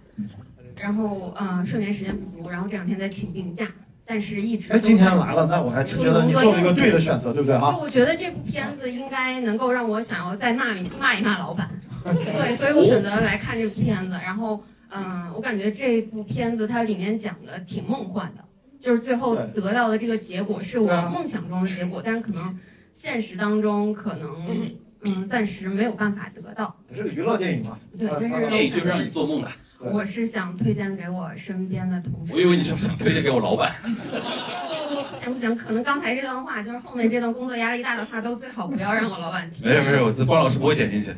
Speaker 7: 然后呃，睡眠时间不足，然后这两天在请病假，但是一直
Speaker 1: 哎，
Speaker 7: 都
Speaker 1: 今天来了，那我还真觉得你做了一个对的选择，对不对啊？
Speaker 7: 就我觉得这部片子应该能够让我想要再骂一骂一骂 老板，对，所以我选择来看这部片子。然后，嗯、我感觉这部片子它里面讲的挺梦幻的，就是最后
Speaker 1: 对啊
Speaker 7: 得到的这个结果是我梦想中的结果，但是可能现实当中可能嗯暂时没有办法得到。
Speaker 1: 这是个娱乐电影嘛？
Speaker 7: 对，这
Speaker 1: 嗯
Speaker 2: 电影
Speaker 7: 是
Speaker 2: 哎就是让你做梦的。
Speaker 1: 对
Speaker 7: 我是想推荐给我身边的同事。
Speaker 2: 我以为你是想推荐给我老板。
Speaker 7: 不行不行，可能刚才这段话就是后面这段工作压力大的话都最好不要让我老板听。
Speaker 2: 没有没有，这包老师不会剪进去，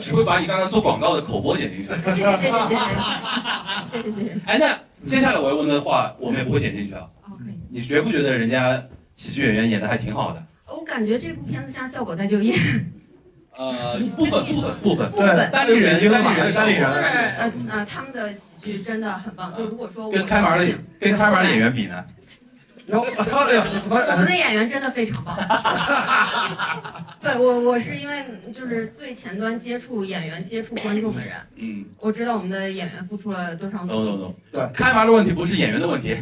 Speaker 2: 只会把你刚刚做广告的口播剪进去。
Speaker 7: 谢谢谢谢谢谢谢谢谢谢谢。
Speaker 2: 哎，那接下来我要问的话，我们也不会剪进去啊。
Speaker 7: 哦，可以。
Speaker 2: 你觉不觉得人家喜剧演员演的还挺好的？
Speaker 7: 我感觉这部片子像《效果再就业》
Speaker 2: 呃，部分部分部分，
Speaker 7: 部分，
Speaker 2: 单立人
Speaker 1: 北京的马
Speaker 2: 单立人
Speaker 1: 山里
Speaker 7: 就是
Speaker 1: 人，
Speaker 7: 呃呃，他们的喜剧真的很棒。就如果说我
Speaker 2: 跟开门的跟开门的演员比呢？
Speaker 1: 然后哎 呀，怎么？
Speaker 7: 我们的演员真的非常棒。对我，我是因为就是最前端接触演员、接触观众的人，
Speaker 2: 嗯，
Speaker 7: 我知道我们的演员付出了多少
Speaker 2: 懂
Speaker 7: 努
Speaker 2: 懂
Speaker 7: 力。
Speaker 2: 懂。
Speaker 1: 对
Speaker 2: 开门的问题不是演员的问题。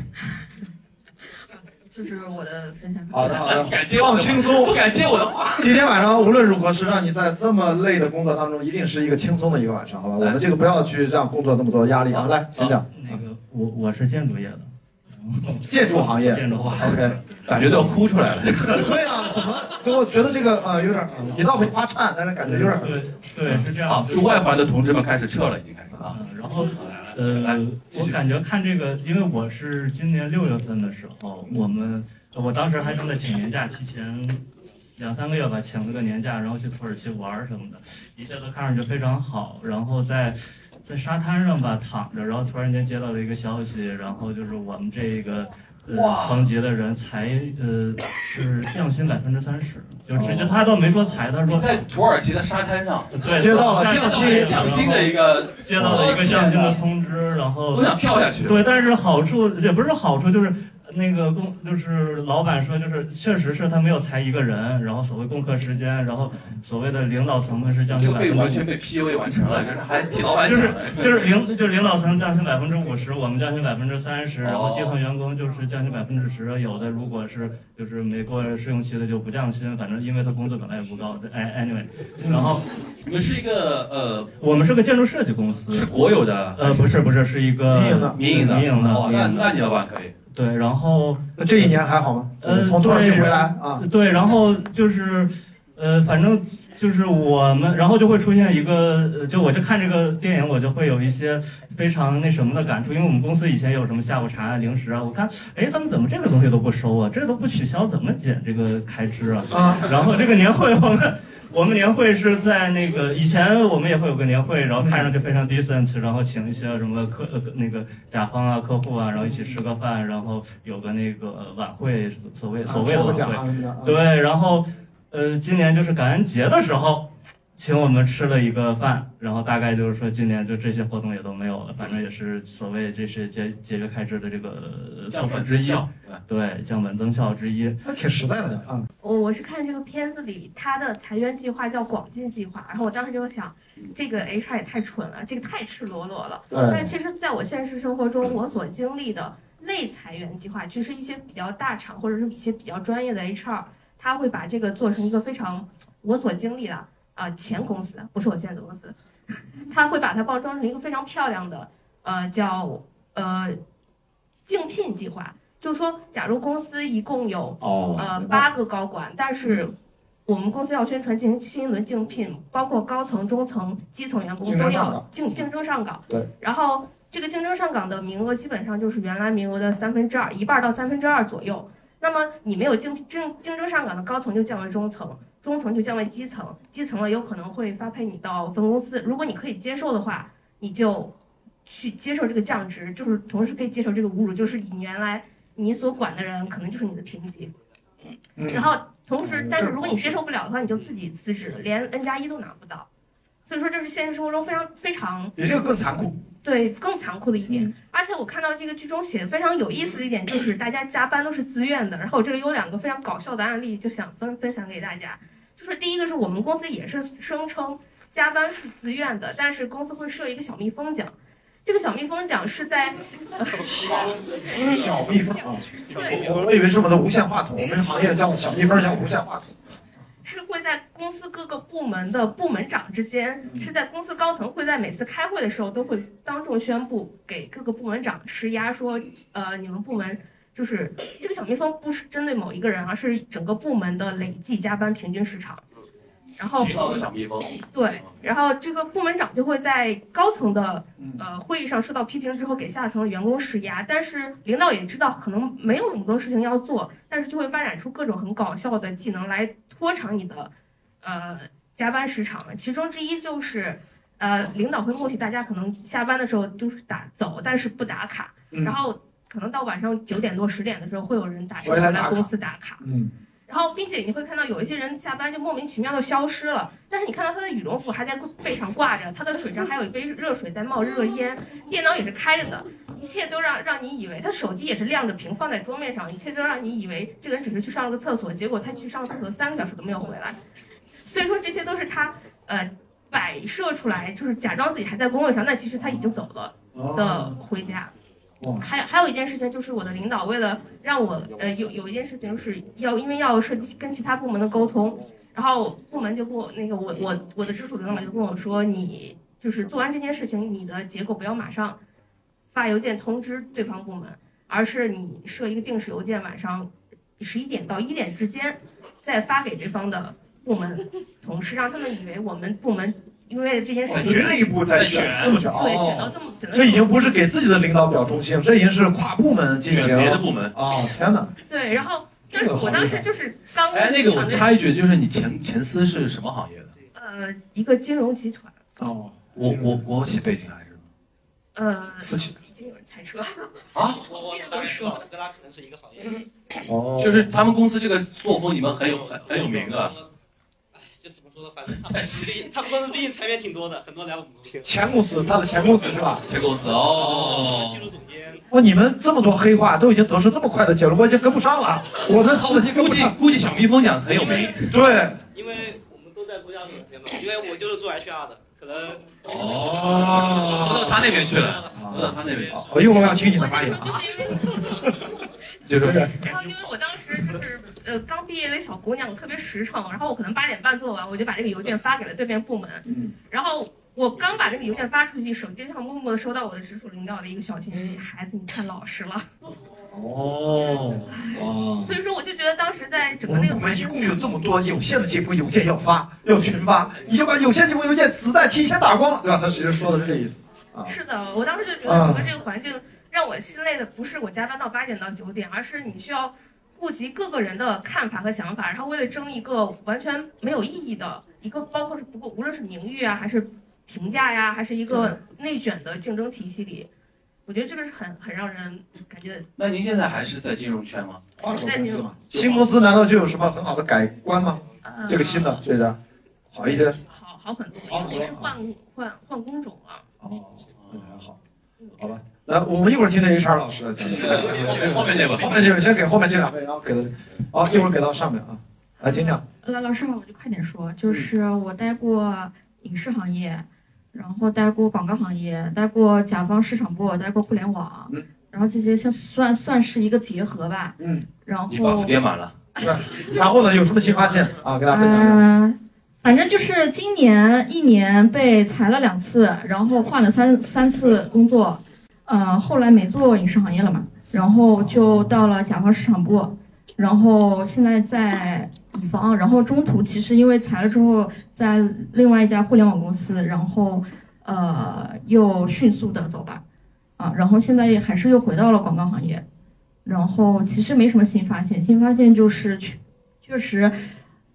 Speaker 7: 就是我的分享。
Speaker 1: 好的好的
Speaker 2: 不，敢接我
Speaker 1: 放
Speaker 2: 的话，
Speaker 1: 轻松。
Speaker 2: 不敢接我的话。
Speaker 1: 今天晚上无论如何是让你在这么累的工作当中，一定是一个轻松的一个晚上，好吧？我
Speaker 2: 来
Speaker 1: 们这个不要去让工作那么多压力啊。
Speaker 2: 好
Speaker 1: 来，请讲啊
Speaker 8: 那个我我是建筑业的，
Speaker 1: 建筑行业。
Speaker 8: 建筑化
Speaker 1: OK，
Speaker 2: 感觉都要哭出来了。
Speaker 1: 对啊，怎么？就我觉得这个呃有点，你倒没发颤，但是感觉有点。
Speaker 8: 对对是这样
Speaker 2: 啊，
Speaker 8: 的。
Speaker 2: 住外环的同志们开始撤了，已经开始啊。
Speaker 8: 嗯，然后
Speaker 2: 来
Speaker 8: 呃，
Speaker 2: 继
Speaker 8: 我
Speaker 2: 续
Speaker 8: 感觉看这个，因为我是今年六月份的时候，我们我当时还正在请年假，提前两三个月吧，请了个年假，然后去土耳其玩儿什么的，一切都看上去非常好。然后在在沙滩上吧躺着，然后突然间接到了一个消息，然后就是我们这个呃
Speaker 2: 哇
Speaker 8: 层级的人裁呃就是降薪百分之三十，就直接他倒没说裁，他
Speaker 2: 哦你
Speaker 8: 说
Speaker 2: 在土耳其的沙滩上
Speaker 8: 对
Speaker 1: 接到了
Speaker 8: 下
Speaker 1: 降薪
Speaker 8: 然后
Speaker 2: 降薪的一个，
Speaker 8: 接到了一个降薪的通知，然后
Speaker 2: 我想跳下去。
Speaker 8: 对，但是好处也不是好处，就是那个工就是老板说，就是确实是他没有裁一个人，然后所谓共克时间，然后所谓的领导层们是降
Speaker 2: 这
Speaker 8: 薪
Speaker 2: 个
Speaker 8: 百
Speaker 2: 被
Speaker 8: 分
Speaker 2: 完
Speaker 8: 之
Speaker 2: 全被 PUA 完成了，就是还替老板
Speaker 8: 就
Speaker 2: 想
Speaker 8: 是
Speaker 2: 的。
Speaker 8: 就是领就是领导层降薪百分之五十，我们降薪百分之三十，
Speaker 2: 哦
Speaker 8: 然后基层员工就是降薪百分之十，有的如果是就是没过试用期的就不降薪，反正因为他工资本来也不高，哎 anyway，然后
Speaker 2: 你们是一个呃
Speaker 8: 我们是个建筑设计公司。
Speaker 2: 是国有的
Speaker 8: 呃，不是不是，是一个
Speaker 1: 民营的
Speaker 2: 民营的，
Speaker 8: 民营的，
Speaker 2: 哦，
Speaker 8: 民
Speaker 2: 那
Speaker 8: 营的
Speaker 2: 那你老板可以。
Speaker 8: 对，然后
Speaker 1: 那这一年还好吗？
Speaker 8: 呃
Speaker 1: 从土耳其
Speaker 8: 对
Speaker 1: 回来啊，
Speaker 8: 对，然后就是，呃，反正就是我们，然后就会出现一个，呃就我就看这个电影，我就会有一些非常那什么的感触，因为我们公司以前有什么下午茶啊、零食啊，我看，哎，他们怎么这个东西都不收啊？这都不取消，怎么减这个开支啊？
Speaker 1: 啊，
Speaker 8: 然后这个年会我们。我们年会是在那个以前我们也会有个年会，然后看上去非
Speaker 1: 嗯
Speaker 8: 常 decent，然后请一些什么客呃那个甲方啊、客户啊，然后一起吃个饭，然后有个那个呃晚会，所谓所谓的
Speaker 1: 抽个
Speaker 8: 晚
Speaker 1: 奖
Speaker 8: 会，
Speaker 1: 啊什么的啊，
Speaker 8: 对，然后呃，今年就是感恩节的时候，请我们吃了一个饭，然后大概就是说今年就这些活动也都没有了，反正也是所谓这是节节约开支的这个呃
Speaker 2: 降
Speaker 8: 措施
Speaker 2: 本
Speaker 8: 之
Speaker 2: 增
Speaker 8: 一，
Speaker 2: 效，
Speaker 8: 对，降本增效之一。
Speaker 1: 那挺实在的啊。
Speaker 9: 我我是看这个片子里他的裁员计划叫广进计划，然后我当时就想，这个 HR 也太蠢了，这个太赤裸裸了。但
Speaker 1: 对，
Speaker 9: 其实，在我现实生活中，我所经历的类裁员计划，其实一些比较大厂或者是一些比较专业的 HR，他会把这个做成一个非常我所经历的啊、前公司不是我现在的公司，他会把它包装成一个非常漂亮的呃叫呃竞聘计划，就是说，假如公司一共有
Speaker 1: 哦
Speaker 9: 呃，八个高管，但是我们公司要宣传进行新一轮竞聘，包括高层、中层、基层员工
Speaker 1: 竞
Speaker 9: 都
Speaker 1: 争上
Speaker 9: 要
Speaker 1: 岗
Speaker 9: 竞竞争上岗。
Speaker 1: 对，
Speaker 9: 然后这个竞争上岗的名额基本上就是原来名额的三分之二，一半到三分之二左右。那么你没有竞竞竞争上岗的高层就降为中层，中层就降为基层，基层了有可能会发配你到分公司，如果你可以接受的话，你就去接受这个降职，就是同时可以接受这个侮辱，就是你原来你所管的人可能就是你的评级。
Speaker 1: 嗯
Speaker 9: 然后同时
Speaker 1: 嗯，
Speaker 9: 但
Speaker 1: 这个
Speaker 9: 是如果
Speaker 1: 好
Speaker 9: 你
Speaker 1: 事
Speaker 9: 接受不了的话，你就自己辞职，连 N 加一都拿不到。所以说，这是现实生活中非常非常
Speaker 1: 比这个更残酷。
Speaker 9: 对更残酷的一点。而且我看到这个剧中写的非常有意思的一点，就是大家加班都是自愿的。然后我这里有两个非常搞笑的案例，就想分分享给大家。就是第一个是我们公司也是声称加班是自愿的，但是公司会设一个小蜜蜂奖。这个小蜜蜂奖是在
Speaker 1: 小蜜蜂啊，
Speaker 9: 对
Speaker 1: 我我以为是我们的无线话筒，我们行业叫小蜜蜂叫无线话筒。
Speaker 9: 是会在公司各个部门的部门长之间，是在公司高层会在每次开会的时候都会当众宣布给各个部门长施压，说，呃，你们部门就是这个小蜜蜂不是针对某一个人，而是整个部门的累计加班平均时长。然后
Speaker 2: 勤劳的小蜜蜂。
Speaker 9: 对，然后这个部门长就会在高层的
Speaker 1: 嗯
Speaker 9: 呃会议上受到批评之后，给下层的员工施压。但是领导也知道可能没有那么多事情要做，但是就会发展出各种很搞笑的技能来拖长你的呃加班时长。其中之一就是呃领导会默许大家可能下班的时候就是打走，但是不打卡，
Speaker 1: 嗯
Speaker 9: 然后可能到晚上九点多十点的时候会有人打车
Speaker 1: 回来打
Speaker 9: 来
Speaker 1: 卡
Speaker 9: 公司打卡。
Speaker 1: 嗯，
Speaker 9: 然后，并且你会看到有一些人下班就莫名其妙的消失了，但是你看到他的羽绒服还在背上挂着，他的水上还有一杯热水在冒热烟，电脑也是开着的，一切都让让你以为他手机也是亮着屏放在桌面上，一切都让你以为这个人只是去上了个厕所，结果他去上厕所三个小时都没有回来，所以说这些都是他呃摆设出来，就是假装自己还在工位上，但其实他已经走了的
Speaker 1: 哦，
Speaker 9: 回家。
Speaker 1: 哇，
Speaker 9: 还有还有一件事情，就是我的领导为了让我呃有有一件事情是要因为要涉及跟其他部门的沟通，然后部门就跟我那个我我我的直属领导就跟我说，你就是做完这件事情，你的结果不要马上发邮件通知对方部门，而是你设一个定时邮件，晚上十一点到一点之间再发给对方的部门同事，让他们以为我们部门因为这件事
Speaker 1: 我
Speaker 9: 情
Speaker 1: 觉得一步再选，这么选
Speaker 9: 对选到
Speaker 1: 哦。
Speaker 9: 这么选到
Speaker 1: 这已经不是给自己的领导表忠心，这已经是跨部门进
Speaker 2: 选
Speaker 1: 行
Speaker 2: 别的部门，
Speaker 1: 啊！天哪，
Speaker 9: 对，然后这是我当时就是刚
Speaker 2: 哎，那个我
Speaker 9: 入场
Speaker 2: 插一句，就是你前前司是什么行业的？
Speaker 9: 呃一个金融集团，
Speaker 1: 哦，
Speaker 2: 国国国企背景还是
Speaker 9: 呃
Speaker 10: 啊
Speaker 2: 私企？
Speaker 9: 已经有人开车了，
Speaker 10: 我我我大概知道，我跟他可能是一个行业。
Speaker 1: 哦
Speaker 2: 就是他们公司这个作风，你们很有很很有名啊的。
Speaker 10: 哎，就怎么说呢，反正他 们实力，他们公司利益裁员挺多的，很多来我们公司。
Speaker 1: 前公司，他的前公司是吧？
Speaker 2: 前公司
Speaker 10: 技术
Speaker 2: 哦，
Speaker 10: 总监，
Speaker 1: 哇，你们这么多黑话都已经得出这么快的结论，我已经跟不上了。我的脑子已经跟
Speaker 2: 估
Speaker 1: 不
Speaker 2: 计
Speaker 1: 上。
Speaker 2: 哎估计小蜜蜂奖很有 名
Speaker 1: 对，啊
Speaker 10: 因为我们都在国家总监嘛，因为我就是做 HR 的，可能
Speaker 2: 哦，都到他那边去了，都
Speaker 1: 啊
Speaker 2: 到他那边去了，
Speaker 1: 我一会儿我想听你的
Speaker 9: 我
Speaker 1: 发言
Speaker 9: 就
Speaker 1: 啊。
Speaker 9: 是因为
Speaker 2: 就是
Speaker 9: 然后因为我当时就是呃刚毕业的小姑娘，我特别实诚，然后我可能八点半做完，我就把这个邮件发给了对面部门，
Speaker 1: 嗯
Speaker 9: 然后我刚把这个邮件发出去，手机上默默的收到我的直属领导的一个小信息，孩子你太老实了，
Speaker 1: 哦，哇。
Speaker 9: 所以说我就觉得当时在整
Speaker 1: 我
Speaker 9: 个
Speaker 1: 们
Speaker 9: 那个
Speaker 1: 部
Speaker 9: 环
Speaker 1: 门一
Speaker 9: 境
Speaker 1: 共有这么多有限的几封邮件要发，要群发，你就把有限几封邮件子弹提前打光了，对吧？他其实说的是这意思。啊
Speaker 9: 是的，我当时就觉得整个这个环境让我心累的，不是我加班到八点到九点，而是你需要顾及各个人的看法和想法，然后为了争一个完全没有意义的一个，包括是不过无论是名誉啊，还是评价呀、还是一个内卷的竞争体系里，我觉得这个是很很让人感觉
Speaker 2: 那您现在还是在金融圈吗？
Speaker 1: 换了个公司嘛，新公司难道就有什么很好的改观吗？
Speaker 9: 呃
Speaker 1: 这个新的这家好一些。
Speaker 9: 好好很多
Speaker 1: 好很，多
Speaker 9: 也是
Speaker 1: 啊
Speaker 9: 换换换工种了。嗯
Speaker 1: 哦，那还好，好吧。来，我们一会儿听听 HR 老师的讲。
Speaker 2: 后面后面那个
Speaker 1: 后面这位先给后面这两位，然后给到这，好，一会儿给到上面啊。来，请讲。
Speaker 11: 呃老老师好，我就快点说，
Speaker 1: 嗯
Speaker 11: 就是我待过影视行业，然后待过广告行业，待过甲方市场部，待过互联网，
Speaker 1: 嗯
Speaker 11: 然后这些算算算是一个结合吧。
Speaker 1: 嗯，
Speaker 11: 然
Speaker 2: 你把
Speaker 11: 后
Speaker 2: 词典满了。
Speaker 1: 然后呢，有什么新发现啊？给大家分享一下。
Speaker 11: 嗯，反正就是今年一年被裁了两次，然后换了三三次工作，呃，后来没做影视行业了嘛，然后就到了甲方市场部，然后现在在乙方，然后中途其实因为裁了之后，在另外一家互联网公司，然后呃又迅速的走了，啊，然后现在也还是又回到了广告行业，然后其实没什么新发现，新发现就是确确实。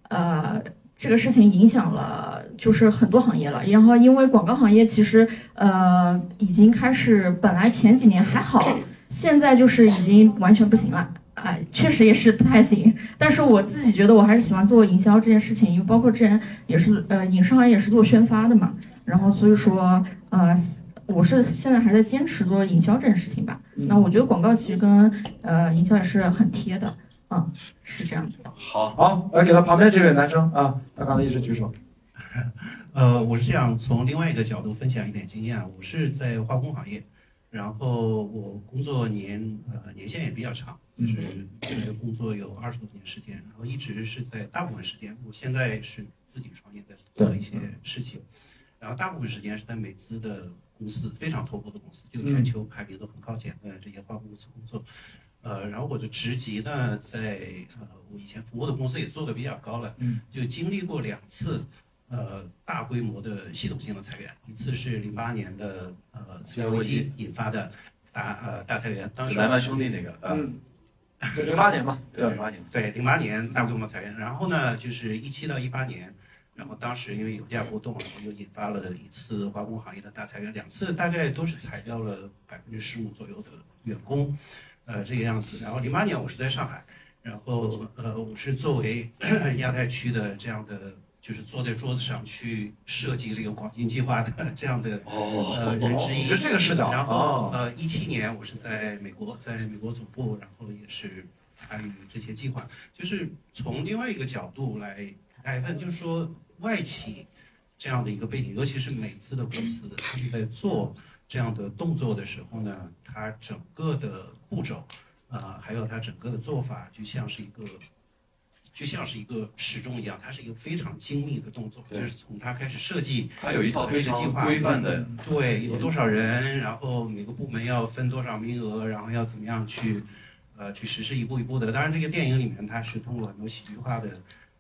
Speaker 11: 呃，这个事情影响了就是很多行业了。然后因为广告行业其实呃已经开始，本来前几年还好，现在就是已经完全不行了。哎，确实也是不太行，但是我自己觉得我还是喜欢做营销这件事情，因为包括之前也是呃影视行业也是做宣发的嘛，然后所以说呃我是现在还在坚持做营销这件事情吧。那我觉得广告其实跟呃营销也是很贴的，嗯，是这样子的。
Speaker 2: 好，
Speaker 1: 好，来给到旁边这位男生啊，他刚才一直举手。
Speaker 10: 呃，我是想从另外一个角度分享一点经验啊。我是在化工行业，然后我工作年呃年限也比较长，
Speaker 1: 嗯
Speaker 10: 就是呃工作有二十多年时间，然后一直是在大部分时间，我现在是自己创业在做一些事情，然后大部分时间是在美资的公司，非常头部的公司，就全球排名都很靠前的这些化工公司工作。呃，然后我的职级呢，在呃我以前服务的公司也做的比较高了，
Speaker 12: 嗯
Speaker 10: 就经历过两次呃大规模的系统性的裁员，一次是零八年的呃资源危机引发的大呃大裁员，当时
Speaker 2: 莱曼兄弟那个，呃，
Speaker 1: 嗯，零八年嘛，
Speaker 2: 对，零八年。
Speaker 10: 对零八年大规模裁员，然后呢就是一七到一八年，然后当时因为油价波动，然后又引发了一次化工行业的大裁员，两次大概都是裁掉了百分之十五左右的员工，呃这个样子。然后零八年我是在上海，然后呃我是作为 亚太区的这样的。就是坐在桌子上去设计这个广进计划的这样的
Speaker 1: 哦
Speaker 10: 呃人之一，
Speaker 1: 是这个视角。
Speaker 10: 然后
Speaker 1: 哦
Speaker 10: 呃，一七年我是在美国，在美国总部，然后也是参与这些计划。就是从另外一个角度来来看，就是说外企这样的一个背景，尤其是美资的公司，他们在做这样的动作的时候呢，它整个的步骤，呃，还有它整个的做法，就像是一个。就像是一个时钟一样，它是一个非常精密的动作，
Speaker 2: 对
Speaker 10: 就是从它开始设计，
Speaker 2: 它有一套非常规范的，
Speaker 10: 对，有多少人，然后每个部门要分多少名额，然后要怎么样去，呃，去实施一步一步的。当然，这个电影里面它是通过很多喜剧化的，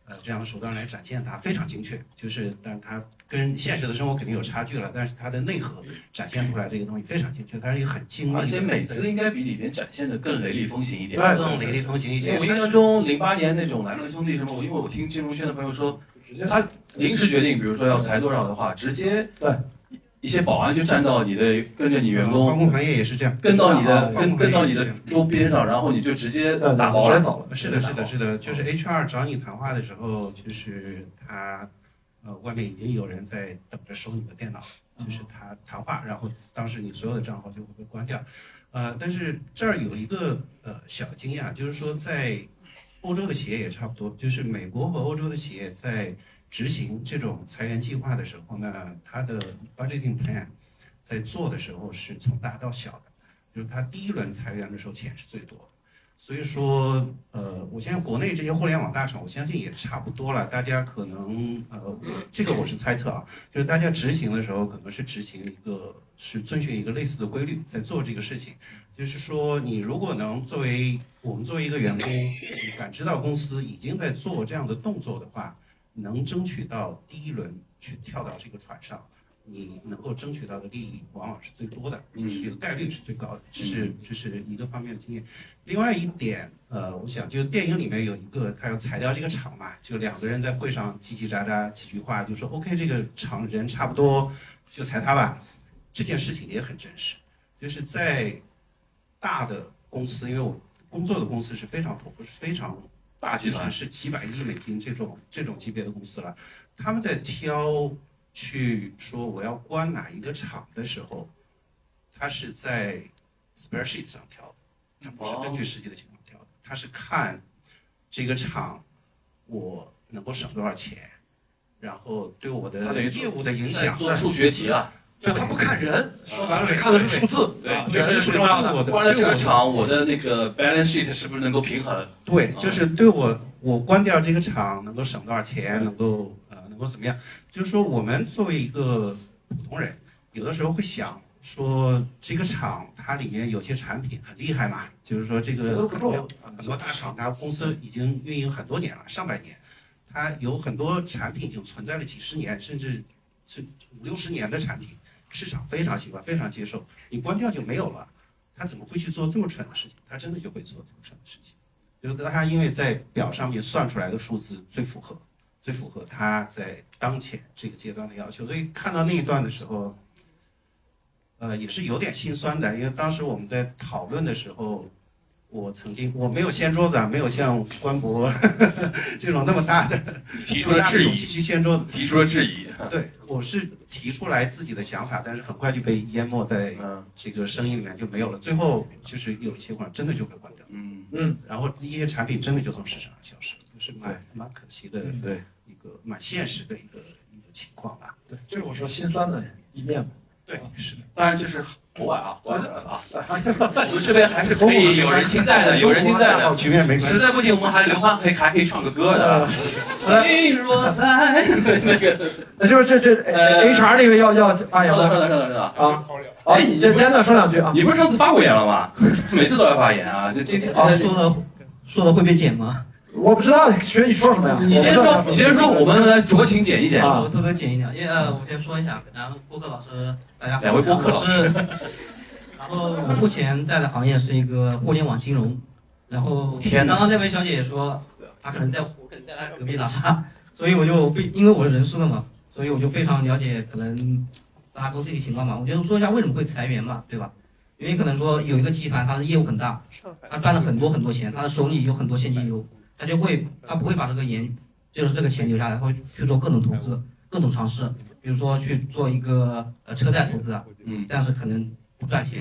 Speaker 10: 呃，呃这样的手段来展现它，非常精确。就是，但它跟现实的生活肯定有差距了，但是它的内核展现出来这个东西非常精确，它是一个很精密的。
Speaker 2: 而且美姿应该比里边展现的更雷厉风行一点，
Speaker 10: 对更雷厉风行一些
Speaker 2: 因为我印象中零八年那种莱伦兄弟什么，我因为我听金融圈的朋友说，他临时决定，比如说要裁多少的话，直接
Speaker 1: 对
Speaker 2: 一些保安就站到你的跟着你员
Speaker 10: 化
Speaker 2: 工，
Speaker 10: 工行业也是这样，
Speaker 2: 跟到
Speaker 10: 啊
Speaker 2: 你的
Speaker 10: 化工
Speaker 2: 跟跟到
Speaker 10: 行业
Speaker 2: 你
Speaker 10: 也
Speaker 2: 的
Speaker 10: 是这样
Speaker 2: 桌边上，然后你就直接
Speaker 1: 对对
Speaker 2: 打包了
Speaker 1: 呃直接走。
Speaker 10: 是的，是的，是的，就是 HR 找你谈话的时候，就是他，呃，外面已经有人在等着收你的电脑了，就是他谈话，然后当时你所有的账号就会被关掉。呃，但是这儿有一个呃小惊讶，就是说在欧洲的企业也差不多，就是美国和欧洲的企业在执行这种裁员计划的时候呢，它的 budgeting plan 在做的时候是从大到小的，就是它第一轮裁员的时候钱是最多的。所以说，呃，我现在国内这些互联网大厂，我相信也差不多了。大家可能，呃，我这个我是猜测啊，就是大家执行的时候，可能是执行一个是遵循一个类似的规律，在做这个事情。就是说，你如果能作为我们作为一个员工，你感知到公司已经在做这样的动作的话，能争取到第一轮去跳到这个船上，你能够争取到的利益往往是最多的，就是这个概率是最高的。这是这是一个方面的经验。另外一点，呃，我想就是电影里面有一个，他要裁掉这个厂嘛，就两个人在会上叽叽喳喳几句话，就说 OK，这个厂人差不多，就裁他吧。这件事情也很真实，就是在大的公司，因为我工作的公司是非常头部，是非常
Speaker 2: 大集团
Speaker 10: 是几百亿美金这种这种级别的公司了，他们在挑去说我要关哪一个厂的时候，他是在 spreadsheet 上挑的，他不
Speaker 2: 哦
Speaker 10: 是根据实际的情况挑的，他是看这个厂我能够省多少钱，然后
Speaker 2: 哦
Speaker 10: 对我
Speaker 2: 他
Speaker 10: 的
Speaker 2: 等于做
Speaker 10: 业务的影响。
Speaker 2: 做数学题了，
Speaker 1: 对他不看人，说白了
Speaker 10: 对
Speaker 1: 看的是数字，
Speaker 2: 对
Speaker 1: 啊
Speaker 10: 对
Speaker 1: 人是最重要的。
Speaker 10: 我的
Speaker 2: 关了这
Speaker 10: 对我
Speaker 2: 个
Speaker 10: 的
Speaker 2: 厂，我的那个 balance sheet 是不是能够平衡？
Speaker 10: 对
Speaker 1: 嗯
Speaker 2: 啊，
Speaker 10: 就是对我，我关掉这个厂能够省多少钱，能够呃能够怎么样？就是说，我们作为一个普通人，有的时候会想说，这个厂它里面有些产品很厉害嘛，就是说这个
Speaker 1: 都不
Speaker 10: 很
Speaker 1: 重要
Speaker 10: 多很多大厂，它公司已经运营很多年了，上百年，它有很多产品已经存在了几十年，甚至是五六十年的产品，市场非常喜欢，非常接受，你关掉就没有了。他怎么会去做这么蠢的事情？他真的就会做这么蠢的事情，就是他因为在表上面算出来的数字最符合，最符合他在当前这个阶段的要求。所以看到那一段的时候，呃，也是有点心酸的，因为当时我们在讨论的时候，我曾经我没有掀桌子啊，没有像官博 这种那么大的
Speaker 2: 提出了质疑，
Speaker 10: 去掀桌子。
Speaker 2: 提出了质疑。
Speaker 10: 对，我是提出来自己的想法，但是很快就被淹没在
Speaker 2: 嗯
Speaker 10: 这个声音里面就没有了。最后就是有些股真的就被关掉，
Speaker 2: 嗯，
Speaker 10: 然后一些产品真的就从市场上消失了，就是蛮蛮可惜的
Speaker 2: 对，
Speaker 10: 一个蛮现实的一个一个情况吧。
Speaker 1: 对，这是我说心酸的一面嘛。
Speaker 10: 对，是的，
Speaker 2: 当然这是国外啊，国外的 啊，我们这边还是可以有人听在的，有人听在
Speaker 10: 好
Speaker 2: 的。
Speaker 10: 局面没关
Speaker 2: 实
Speaker 10: 系。
Speaker 2: 在不行，我们还刘欢可以还可以唱个歌的。啊谁若在那个？
Speaker 1: 那就是这这
Speaker 2: 呃
Speaker 1: HR 这个要要发言
Speaker 2: 稍等稍
Speaker 1: 吗？
Speaker 2: 等稍等稍等，
Speaker 1: 啊，好，你简简短说两句啊。
Speaker 2: 哎你不是上次发过言了吗？ 每次都要发言啊，就今天
Speaker 1: 啊
Speaker 2: 今天
Speaker 13: 了说了会被剪吗？
Speaker 1: 我不知道学你说什么呀？
Speaker 2: 你先说，你先说，我们来酌情剪一剪。
Speaker 1: 啊，
Speaker 13: 特别剪一点，因为呃，我先说一下，然后播客老师，大家好
Speaker 2: 两位播客老师
Speaker 13: 我是然后我目前在的行业是一个互联网金融，然后
Speaker 2: 天哪
Speaker 13: 刚刚那位小姐也说，她可能在我可能在她隔壁拉萨，所以我就非因为我是人事的嘛，所以我就非常了解可能大家公司的情况嘛。我就说一下为什么会裁员嘛，对吧？因为可能说有一个集团，它的业务很大，它赚了很多很多钱，它的手里有很多现金流，它就会它不会把这个研就是这个钱留下来，会去做各种投资、各种尝试，比如说去做一个呃车贷投资啊，
Speaker 2: 嗯，
Speaker 13: 但是可能不赚钱。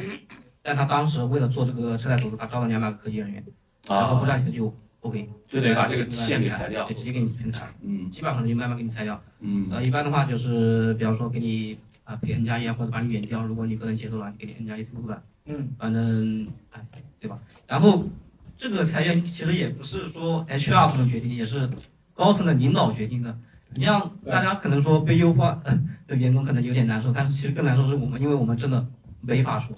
Speaker 13: 但他当时为了做这个车贷投资，他招了两百个科技人员，然后不
Speaker 2: 啊，
Speaker 13: 赚钱就 OK，
Speaker 2: 就等于把这个线给裁掉
Speaker 13: 对，。直接给你全裁，
Speaker 2: 嗯
Speaker 13: 基本上就慢慢给你裁掉。
Speaker 2: 嗯
Speaker 13: 呃，一般的话就是，比方说给你啊赔 N 加一啊，或者把你远掉，如果你不能接受了，给你 N 加一部分。
Speaker 1: 嗯，
Speaker 13: 反正哎，对吧？然后这个裁员其实也不是说 HR 部门决定，也是高层的领导决定的。你像大家可能说被优化呃的员工可能有点难受，但是其实更难受是我们，因为我们真的没法说。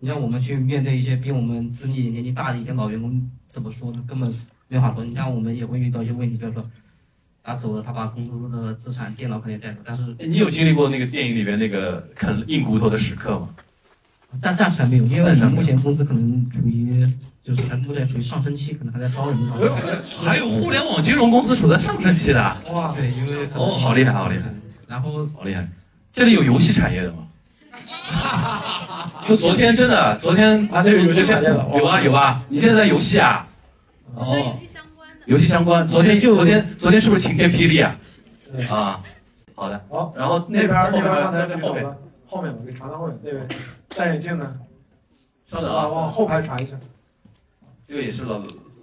Speaker 13: 你让我们去面对一些比我们资历年纪大的一些老员工，怎么说呢？根本没法说。你像我们也会遇到一些问题，就是说拿走了，他把公司的资产、电脑肯定带走，但是
Speaker 2: 你有经历过那个电影里面那个啃硬骨头的时刻吗？
Speaker 13: 暂暂时还没有，因为我们目前公司可能处于就是还目前处于上升期，可能还在招人当中。
Speaker 2: 哎还有互联网金融公司处在上升期的啊，
Speaker 13: 哇，对，因为可能
Speaker 2: 哦，好厉害，好厉害，
Speaker 13: 然后
Speaker 2: 好厉害！这里有游戏产业的 吗？就昨天真的，昨天
Speaker 1: 啊那个游戏产业的
Speaker 2: 有啊有啊，你现在在游戏啊？哦，游戏相关。昨天
Speaker 13: 就
Speaker 2: 昨天昨天是不是晴天霹雳啊？啊，好的。
Speaker 1: 好，
Speaker 2: 然后
Speaker 1: 那边
Speaker 2: 边
Speaker 1: 那边
Speaker 2: 边
Speaker 1: 刚才
Speaker 2: 边
Speaker 1: 举
Speaker 2: 后
Speaker 1: 手
Speaker 2: 面，
Speaker 1: 了，后面吧，给传到后面那位戴眼镜的
Speaker 2: 稍等
Speaker 1: 啊，往
Speaker 2: 啊，
Speaker 1: 后排传一下。
Speaker 2: 这个也是老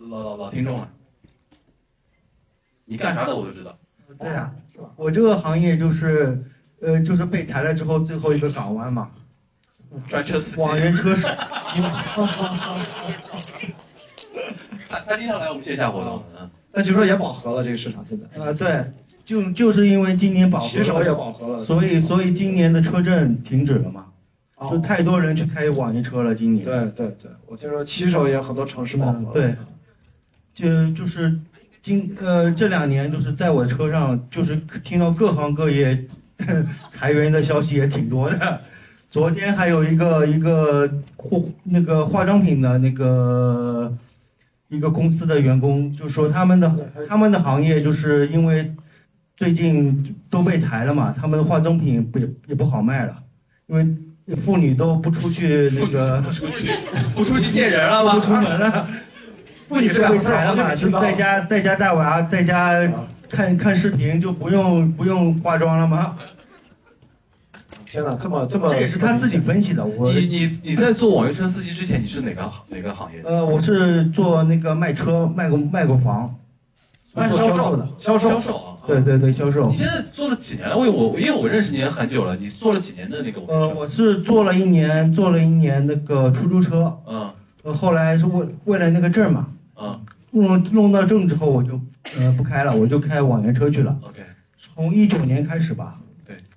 Speaker 2: 老老老听众了。你干啥的我都知道。
Speaker 13: 对啊，
Speaker 12: 我这个行业就是，呃，就是被裁了之后最后一个港湾嘛，
Speaker 2: 专车司机，
Speaker 12: 网约车司
Speaker 2: 他 他经常来我们线下活动。啊嗯，
Speaker 1: 哦那据说也饱和了，这个市场现在，
Speaker 12: 呃，对， 就就是因为今年饱
Speaker 1: 骑手
Speaker 12: 和
Speaker 1: 也
Speaker 12: 了，
Speaker 1: 饱和了，
Speaker 12: 所以所以今年的车证停止了嘛，
Speaker 1: 哦
Speaker 12: 就太多人去开网约车了，今年。
Speaker 1: 对对对，我听说骑手也很多城市饱和了。
Speaker 12: 嗯对就就是今呃这两年就是在我车上，就是听到各行各业 裁员的消息也挺多的。昨天还有一个一个化那个化妆品的那个一个公司的员工，就说他们的
Speaker 1: 对
Speaker 12: 他们的行业就是因为最近都被裁了嘛，他们的化妆品不也也不好卖了，因为妇女都不出去那个
Speaker 2: 不出去，不出去见人了
Speaker 12: 不
Speaker 2: 吗？
Speaker 12: 出门 了。
Speaker 1: 妇女这
Speaker 12: 是
Speaker 1: 两
Speaker 12: 被
Speaker 1: 个字
Speaker 12: 裁
Speaker 1: 儿
Speaker 12: 了
Speaker 1: 好久
Speaker 12: 嘛，
Speaker 1: 没
Speaker 12: 就
Speaker 1: 听到
Speaker 12: 在
Speaker 1: 了。
Speaker 12: 家在家带娃，在家看看视频，就不用不用化妆了吗？
Speaker 1: 天哪，这么啊这么，
Speaker 12: 这也是他自己分析的。我
Speaker 2: 你你你在做网约车司机之前，你是哪个行哪个行业的？
Speaker 12: 呃，我是做那个卖车，卖过卖过房，
Speaker 2: 卖
Speaker 12: 做
Speaker 2: 销
Speaker 12: 销
Speaker 2: 售
Speaker 12: 售的。
Speaker 1: 哎销售
Speaker 2: 销售啊。
Speaker 12: 对对对，销售
Speaker 2: 你。现在做了几年了？因为我因为我认识你很久了，你做了几年的那个网
Speaker 12: 呃，
Speaker 2: 约车？
Speaker 12: 我是做了一年，做了一年那个出租车，
Speaker 2: 嗯
Speaker 12: 呃，后来是为为了那个证嘛，
Speaker 2: 嗯
Speaker 12: 弄弄到证之后，我就呃不开了，我就开网约车去了。
Speaker 2: ，OK，
Speaker 12: 从一九年开始吧，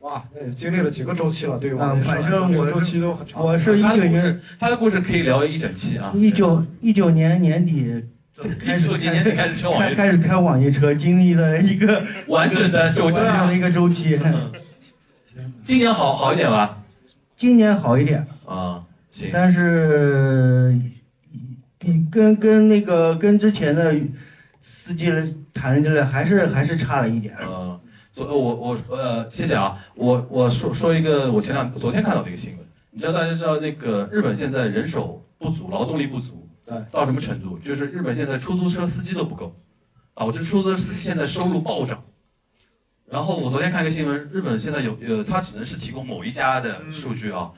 Speaker 1: 哇，那也经历了几个周期了，对
Speaker 2: 啊
Speaker 1: 于我们
Speaker 12: 嗯反正我
Speaker 1: 周期都很长。
Speaker 12: 我是一
Speaker 2: 他
Speaker 12: 九
Speaker 2: 的故
Speaker 12: 年
Speaker 2: 事他的故事可以聊一整期啊。
Speaker 12: 一九一九年年底开
Speaker 2: 一
Speaker 12: 始
Speaker 2: 九年年底开始车网
Speaker 12: 开
Speaker 2: 约车，
Speaker 12: 开始开网约车，经历了一个
Speaker 2: 完整的周期
Speaker 12: 这。样的一个周期。
Speaker 2: 今年好好一点吧？
Speaker 12: 今年好一点，
Speaker 2: 啊，行。
Speaker 12: 但是比跟跟那个跟之前的司机来谈起来，还是还是差了一点。
Speaker 2: 呃，昨我我呃，谢谢啊，我我说说一个我前两昨天看到的一个新闻，你知道大家知道那个日本现在人手不足，劳动力不足，
Speaker 1: 对，
Speaker 2: 到什么程度？就是日本现在出租车司机都不够，导致出租车司机现在收入暴涨。然后我昨天看一个新闻，日本现在有呃，它只能是提供某一家的数据啊，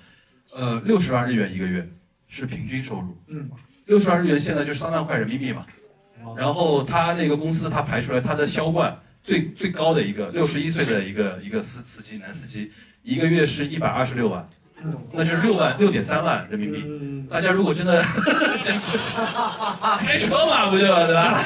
Speaker 2: 呃，六十万日元一个月是平均收入，
Speaker 1: 嗯，
Speaker 2: 六十万日元现在就是三万块人民币嘛。然后他那个公司他排出来他的销冠最最高的一个六十一岁的一个一个司司机男司机，一个月是一百二十六万，
Speaker 4: 嗯
Speaker 2: 那是六万六点三万人民币。
Speaker 1: 嗯，
Speaker 2: 大家如果真的 想去 开车嘛，不就对吧？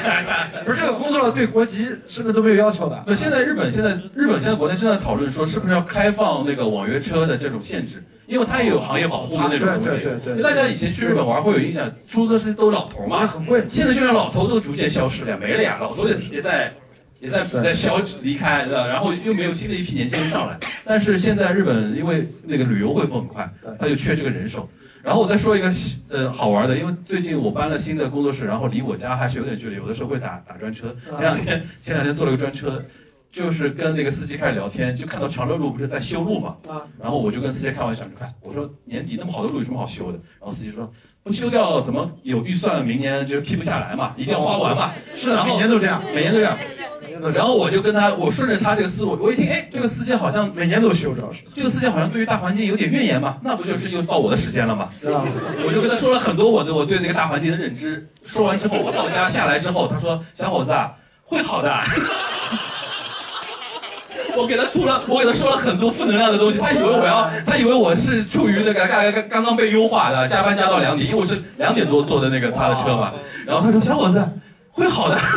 Speaker 1: 不是这个工作对国籍身份都没有要求的。
Speaker 2: 那现在日本现在日本现在国内正在讨论说是不是要开放那个网约车的这种限制，因为它也有行业保护的那种东西。
Speaker 1: 对对对对，
Speaker 2: 大家以前去日本玩会有印象，出租车司机都是老头嘛
Speaker 1: 那，很贵。
Speaker 2: 现在就像老头都逐渐消失了呀，没了呀，老头也也在也在
Speaker 1: 对
Speaker 2: 在消离开，呃，然后又没有新的一批年轻人上来。但是现在日本因为那个旅游恢复很快
Speaker 1: 对，
Speaker 2: 他就缺这个人手。然后我再说一个呃好玩的，因为最近我搬了新的工作室，然后离我家还是有点距离，有的时候会打打专车。
Speaker 1: 嗯
Speaker 2: 前两天前两天坐了个专车，就是跟那个司机开始聊天，就看到长乐路不是在修路嘛，
Speaker 1: 啊，
Speaker 2: 然后我就跟司机开玩笑，就看我说年底那么好的路有什么好修的？然后司机说不修掉怎么有预算明年就是批不下来嘛，一定要花完嘛。
Speaker 1: 是的，每年都这样，
Speaker 2: 每年都这样。
Speaker 1: 每年都这
Speaker 2: 然
Speaker 1: 样，
Speaker 2: 后我就跟他，我顺着他这个思路，我一听，哎，这个司机好像，
Speaker 1: 每年都修，主要是，
Speaker 2: 这个司机好像对于大环境有点怨言嘛，那不就是又到我的时间了嘛？
Speaker 1: 对吧？
Speaker 2: 我就跟他说了很多我的我对那个大环境的认知。说完之后，我到家下来之后，他说：“小伙子啊，会好的。” 我给他吐了，我给他说了很多负能量的东西，他以为我要，他以为我是处于那个刚刚刚刚被优化的，加班加到啊两点，因为我是两点多坐的那个他的车嘛。然后他说：“小伙子，会好的。”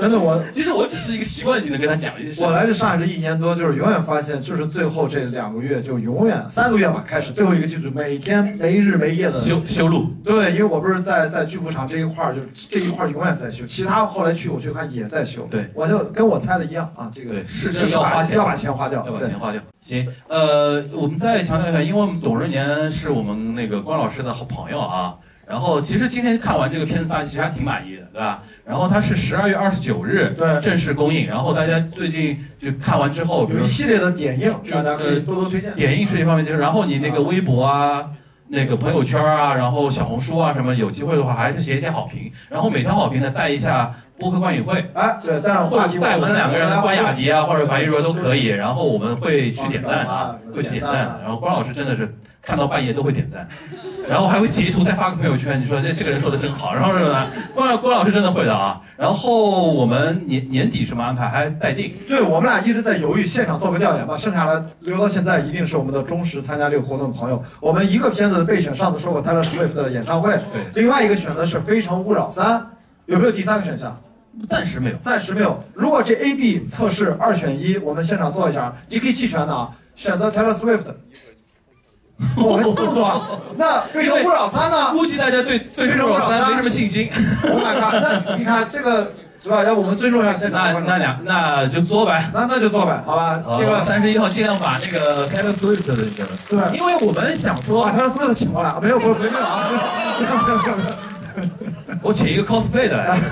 Speaker 1: 真的我
Speaker 2: 其实我只是一个习惯性的跟他讲一些事情。
Speaker 1: 我来这上海这一年多，就是永远发现，就是最后这两个月，就永远三个月吧，开始最后一个季度，每天没日没夜的
Speaker 2: 修修路。
Speaker 1: 对，因为我不是在在巨幅厂这一块儿，就是这一块儿永远在修，其他后来去我去看也在修。
Speaker 2: 对，
Speaker 1: 我就跟我猜的一样啊，这个
Speaker 2: 对，是
Speaker 1: 就
Speaker 2: 这
Speaker 1: 是
Speaker 2: 要花
Speaker 1: 把
Speaker 2: 钱，
Speaker 1: 要把钱花掉，
Speaker 2: 要把
Speaker 1: 对
Speaker 2: 钱花掉。行，呃，我们再强调一下，因为我们董润年是我们那个关老师的好朋友啊。然后其实今天看完这个片子，大家其实还挺满意的，对吧？然后它是十二月二十九日正式公映，然后大家最近就看完之后，比
Speaker 1: 有
Speaker 2: 如
Speaker 1: 一系列的点映，大家可以多多推荐。
Speaker 2: 呃点映是一方面，就是然后你那个微博啊、那个朋友圈啊，然后小红书啊什么，有机会的话还是写一些好评，然后每条好评呢带一下播客观影会，
Speaker 1: 哎，对，但是
Speaker 2: 或
Speaker 1: 话
Speaker 2: 者
Speaker 1: 题
Speaker 2: 带我们两个人
Speaker 1: 我们
Speaker 2: 关雅迪啊或者樊一茹都可以，然后我们会去点赞啊，会去点赞，然后关老师真的是看到半夜都会点赞。然后还会截图再发个朋友圈，你说这这个人说的真好，然后什么呢？关关老师真的会的啊。然后我们年年底什么安排？还待定。
Speaker 1: 对我们俩一直在犹豫，现场做个调研吧。剩下来留到现在，一定是我们的忠实参加这个活动的朋友。我们一个片子的备选，上次说过 Taylor Swift 的演唱会，另外一个选的是《非诚勿扰三》，有没有第三个选项？
Speaker 2: 暂时没有，
Speaker 1: 暂时没有。如果这 A、B 测试二选一，我们现场做一下，你可以弃权的啊，选择 Taylor Swift。我们这么多，啊 那《非诚勿扰三》呢？
Speaker 2: 估计大家对对
Speaker 1: 非
Speaker 2: 这
Speaker 1: 诚勿
Speaker 2: 种
Speaker 1: 扰
Speaker 2: 三没
Speaker 1: 三
Speaker 2: 什么信心。
Speaker 1: Oh my god！那你看这个是吧？要不我们尊重一下现场的
Speaker 2: 那
Speaker 1: 观众
Speaker 2: 那两那就作呗，
Speaker 1: 那那就作呗，好吧？这个
Speaker 2: 三十一号尽量把那个 Taylor Swift 的那个，
Speaker 1: 对，
Speaker 2: 因为我们想说
Speaker 1: 把 Taylor Swift 请过来，没有，没有，没有啊，没有，没有，没有。
Speaker 2: 我请一个 cosplay 的来。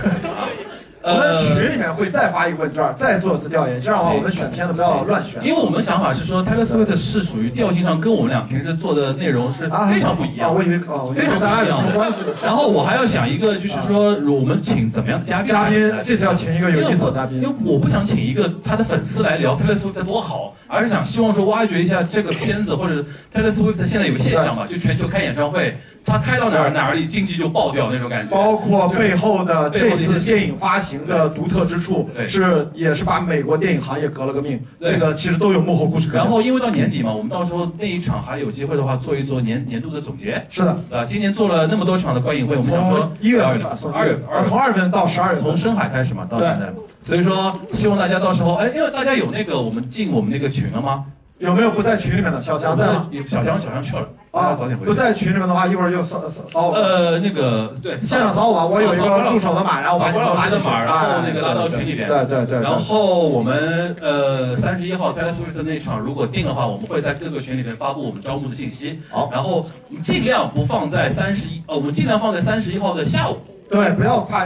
Speaker 2: 呃
Speaker 1: 我们群里面会再发一个问卷，再做一次调研，这样的话我们选片子不要乱选。
Speaker 2: 因为我们想法是说，Taylor Swift 是属于调性上跟我们俩平时做的内容是非常不一样。
Speaker 1: 啊，我以为哦，我以
Speaker 2: 非
Speaker 1: 为
Speaker 2: 常不
Speaker 1: 咱俩
Speaker 2: 一
Speaker 1: 有什么
Speaker 2: 样
Speaker 1: 关系的
Speaker 2: 的。。然后我还要想一个，就是说我们请怎么样的嘉宾来？
Speaker 1: 嘉宾这次要请一个有意思的嘉宾
Speaker 2: 因为我我不想请一个他的粉丝来聊 Taylor Swift 多好，而是想希望说挖掘一下这个片子或者 Taylor Swift 现在有个现象嘛，就全球开演唱会，他开到哪儿
Speaker 1: 对
Speaker 2: 哪儿里经济就爆掉那种感觉。
Speaker 1: 包括背后的
Speaker 2: 背
Speaker 1: 这
Speaker 2: 后的一些
Speaker 1: 次电影发行的独特之处，是也是把美国电影行业革了个命。
Speaker 2: 对
Speaker 1: 这个其实都有幕后故事可讲。
Speaker 2: 然后因为到年底嘛，我们到时候那一场还有机会的话，做一做年年度的总结。
Speaker 1: 是的，
Speaker 2: 啊，今年做了那么多场的观影会，我们想说
Speaker 1: 从一月份
Speaker 2: 从
Speaker 1: 从
Speaker 2: 二月份，
Speaker 1: 啊从二月份到十二月份，
Speaker 2: 从深海开始嘛，到现在。所以说，希望大家到时候，哎，因为大家有那个我们进我们那个群了吗？
Speaker 1: 有没有不在群里面的小强在吗？
Speaker 2: 小强，小强去了，大家
Speaker 1: 啊，
Speaker 2: 早点回去。
Speaker 1: 不在群里面的话，一会儿就骚骚骚我。
Speaker 2: 呃，那个对，
Speaker 1: 现场嗯扫我吧，我有一
Speaker 2: 扫扫关
Speaker 1: 个
Speaker 2: 老
Speaker 1: 助手的码，然后我把
Speaker 2: 扫
Speaker 1: 你
Speaker 2: 关老
Speaker 1: 拉
Speaker 2: 师的
Speaker 1: 进去。
Speaker 2: 码，然后那个拉到
Speaker 1: 哎
Speaker 2: 群里边。
Speaker 1: 对对对。对
Speaker 2: 然后我们呃三十一号 Taylor Swift 那一场如果定的话，我们会在各个群里面发布我们招募的信息。
Speaker 1: 好，
Speaker 2: 然后我们尽量不放在三十一，呃，我们尽量放在三十一号的下午。
Speaker 1: 对，不要跨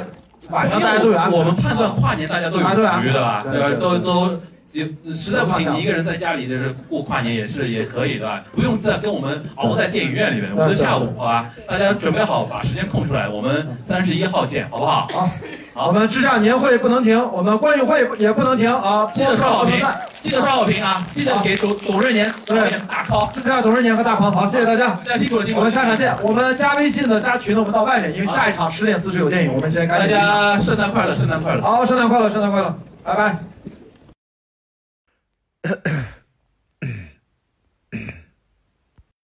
Speaker 1: 晚上大家都有安排
Speaker 2: 我们判断跨年大家都有
Speaker 1: 啊对啊
Speaker 2: 局的吧，
Speaker 1: 对
Speaker 2: 吧
Speaker 1: 对？对
Speaker 2: 都都。也实在不行，你一个人在家里就是过跨年也是也可以的吧，不用再跟我们熬在电影院里面。我们的下午好吧，大家准备好把时间空出来，我们三十一号见，好不好？
Speaker 1: 好，我们之下年会不能停，我们观影会也不能停啊！
Speaker 2: 记得
Speaker 1: 播客
Speaker 2: 刷好
Speaker 1: 不能
Speaker 2: 评
Speaker 1: 散，
Speaker 2: 记得刷好评啊，记得给董董润年对打 call。
Speaker 1: 就这样，董事年和大鹏，好，谢谢大家，
Speaker 2: 大家辛苦了辛苦了
Speaker 1: 我们下场见，我们加微信的加群的，我们到外面，因为下一场十点四十有电影，我们先赶
Speaker 2: 大
Speaker 1: 紧离场。
Speaker 2: 家圣诞快乐，圣诞快乐。
Speaker 1: 好，圣诞快乐，圣诞快乐，拜拜。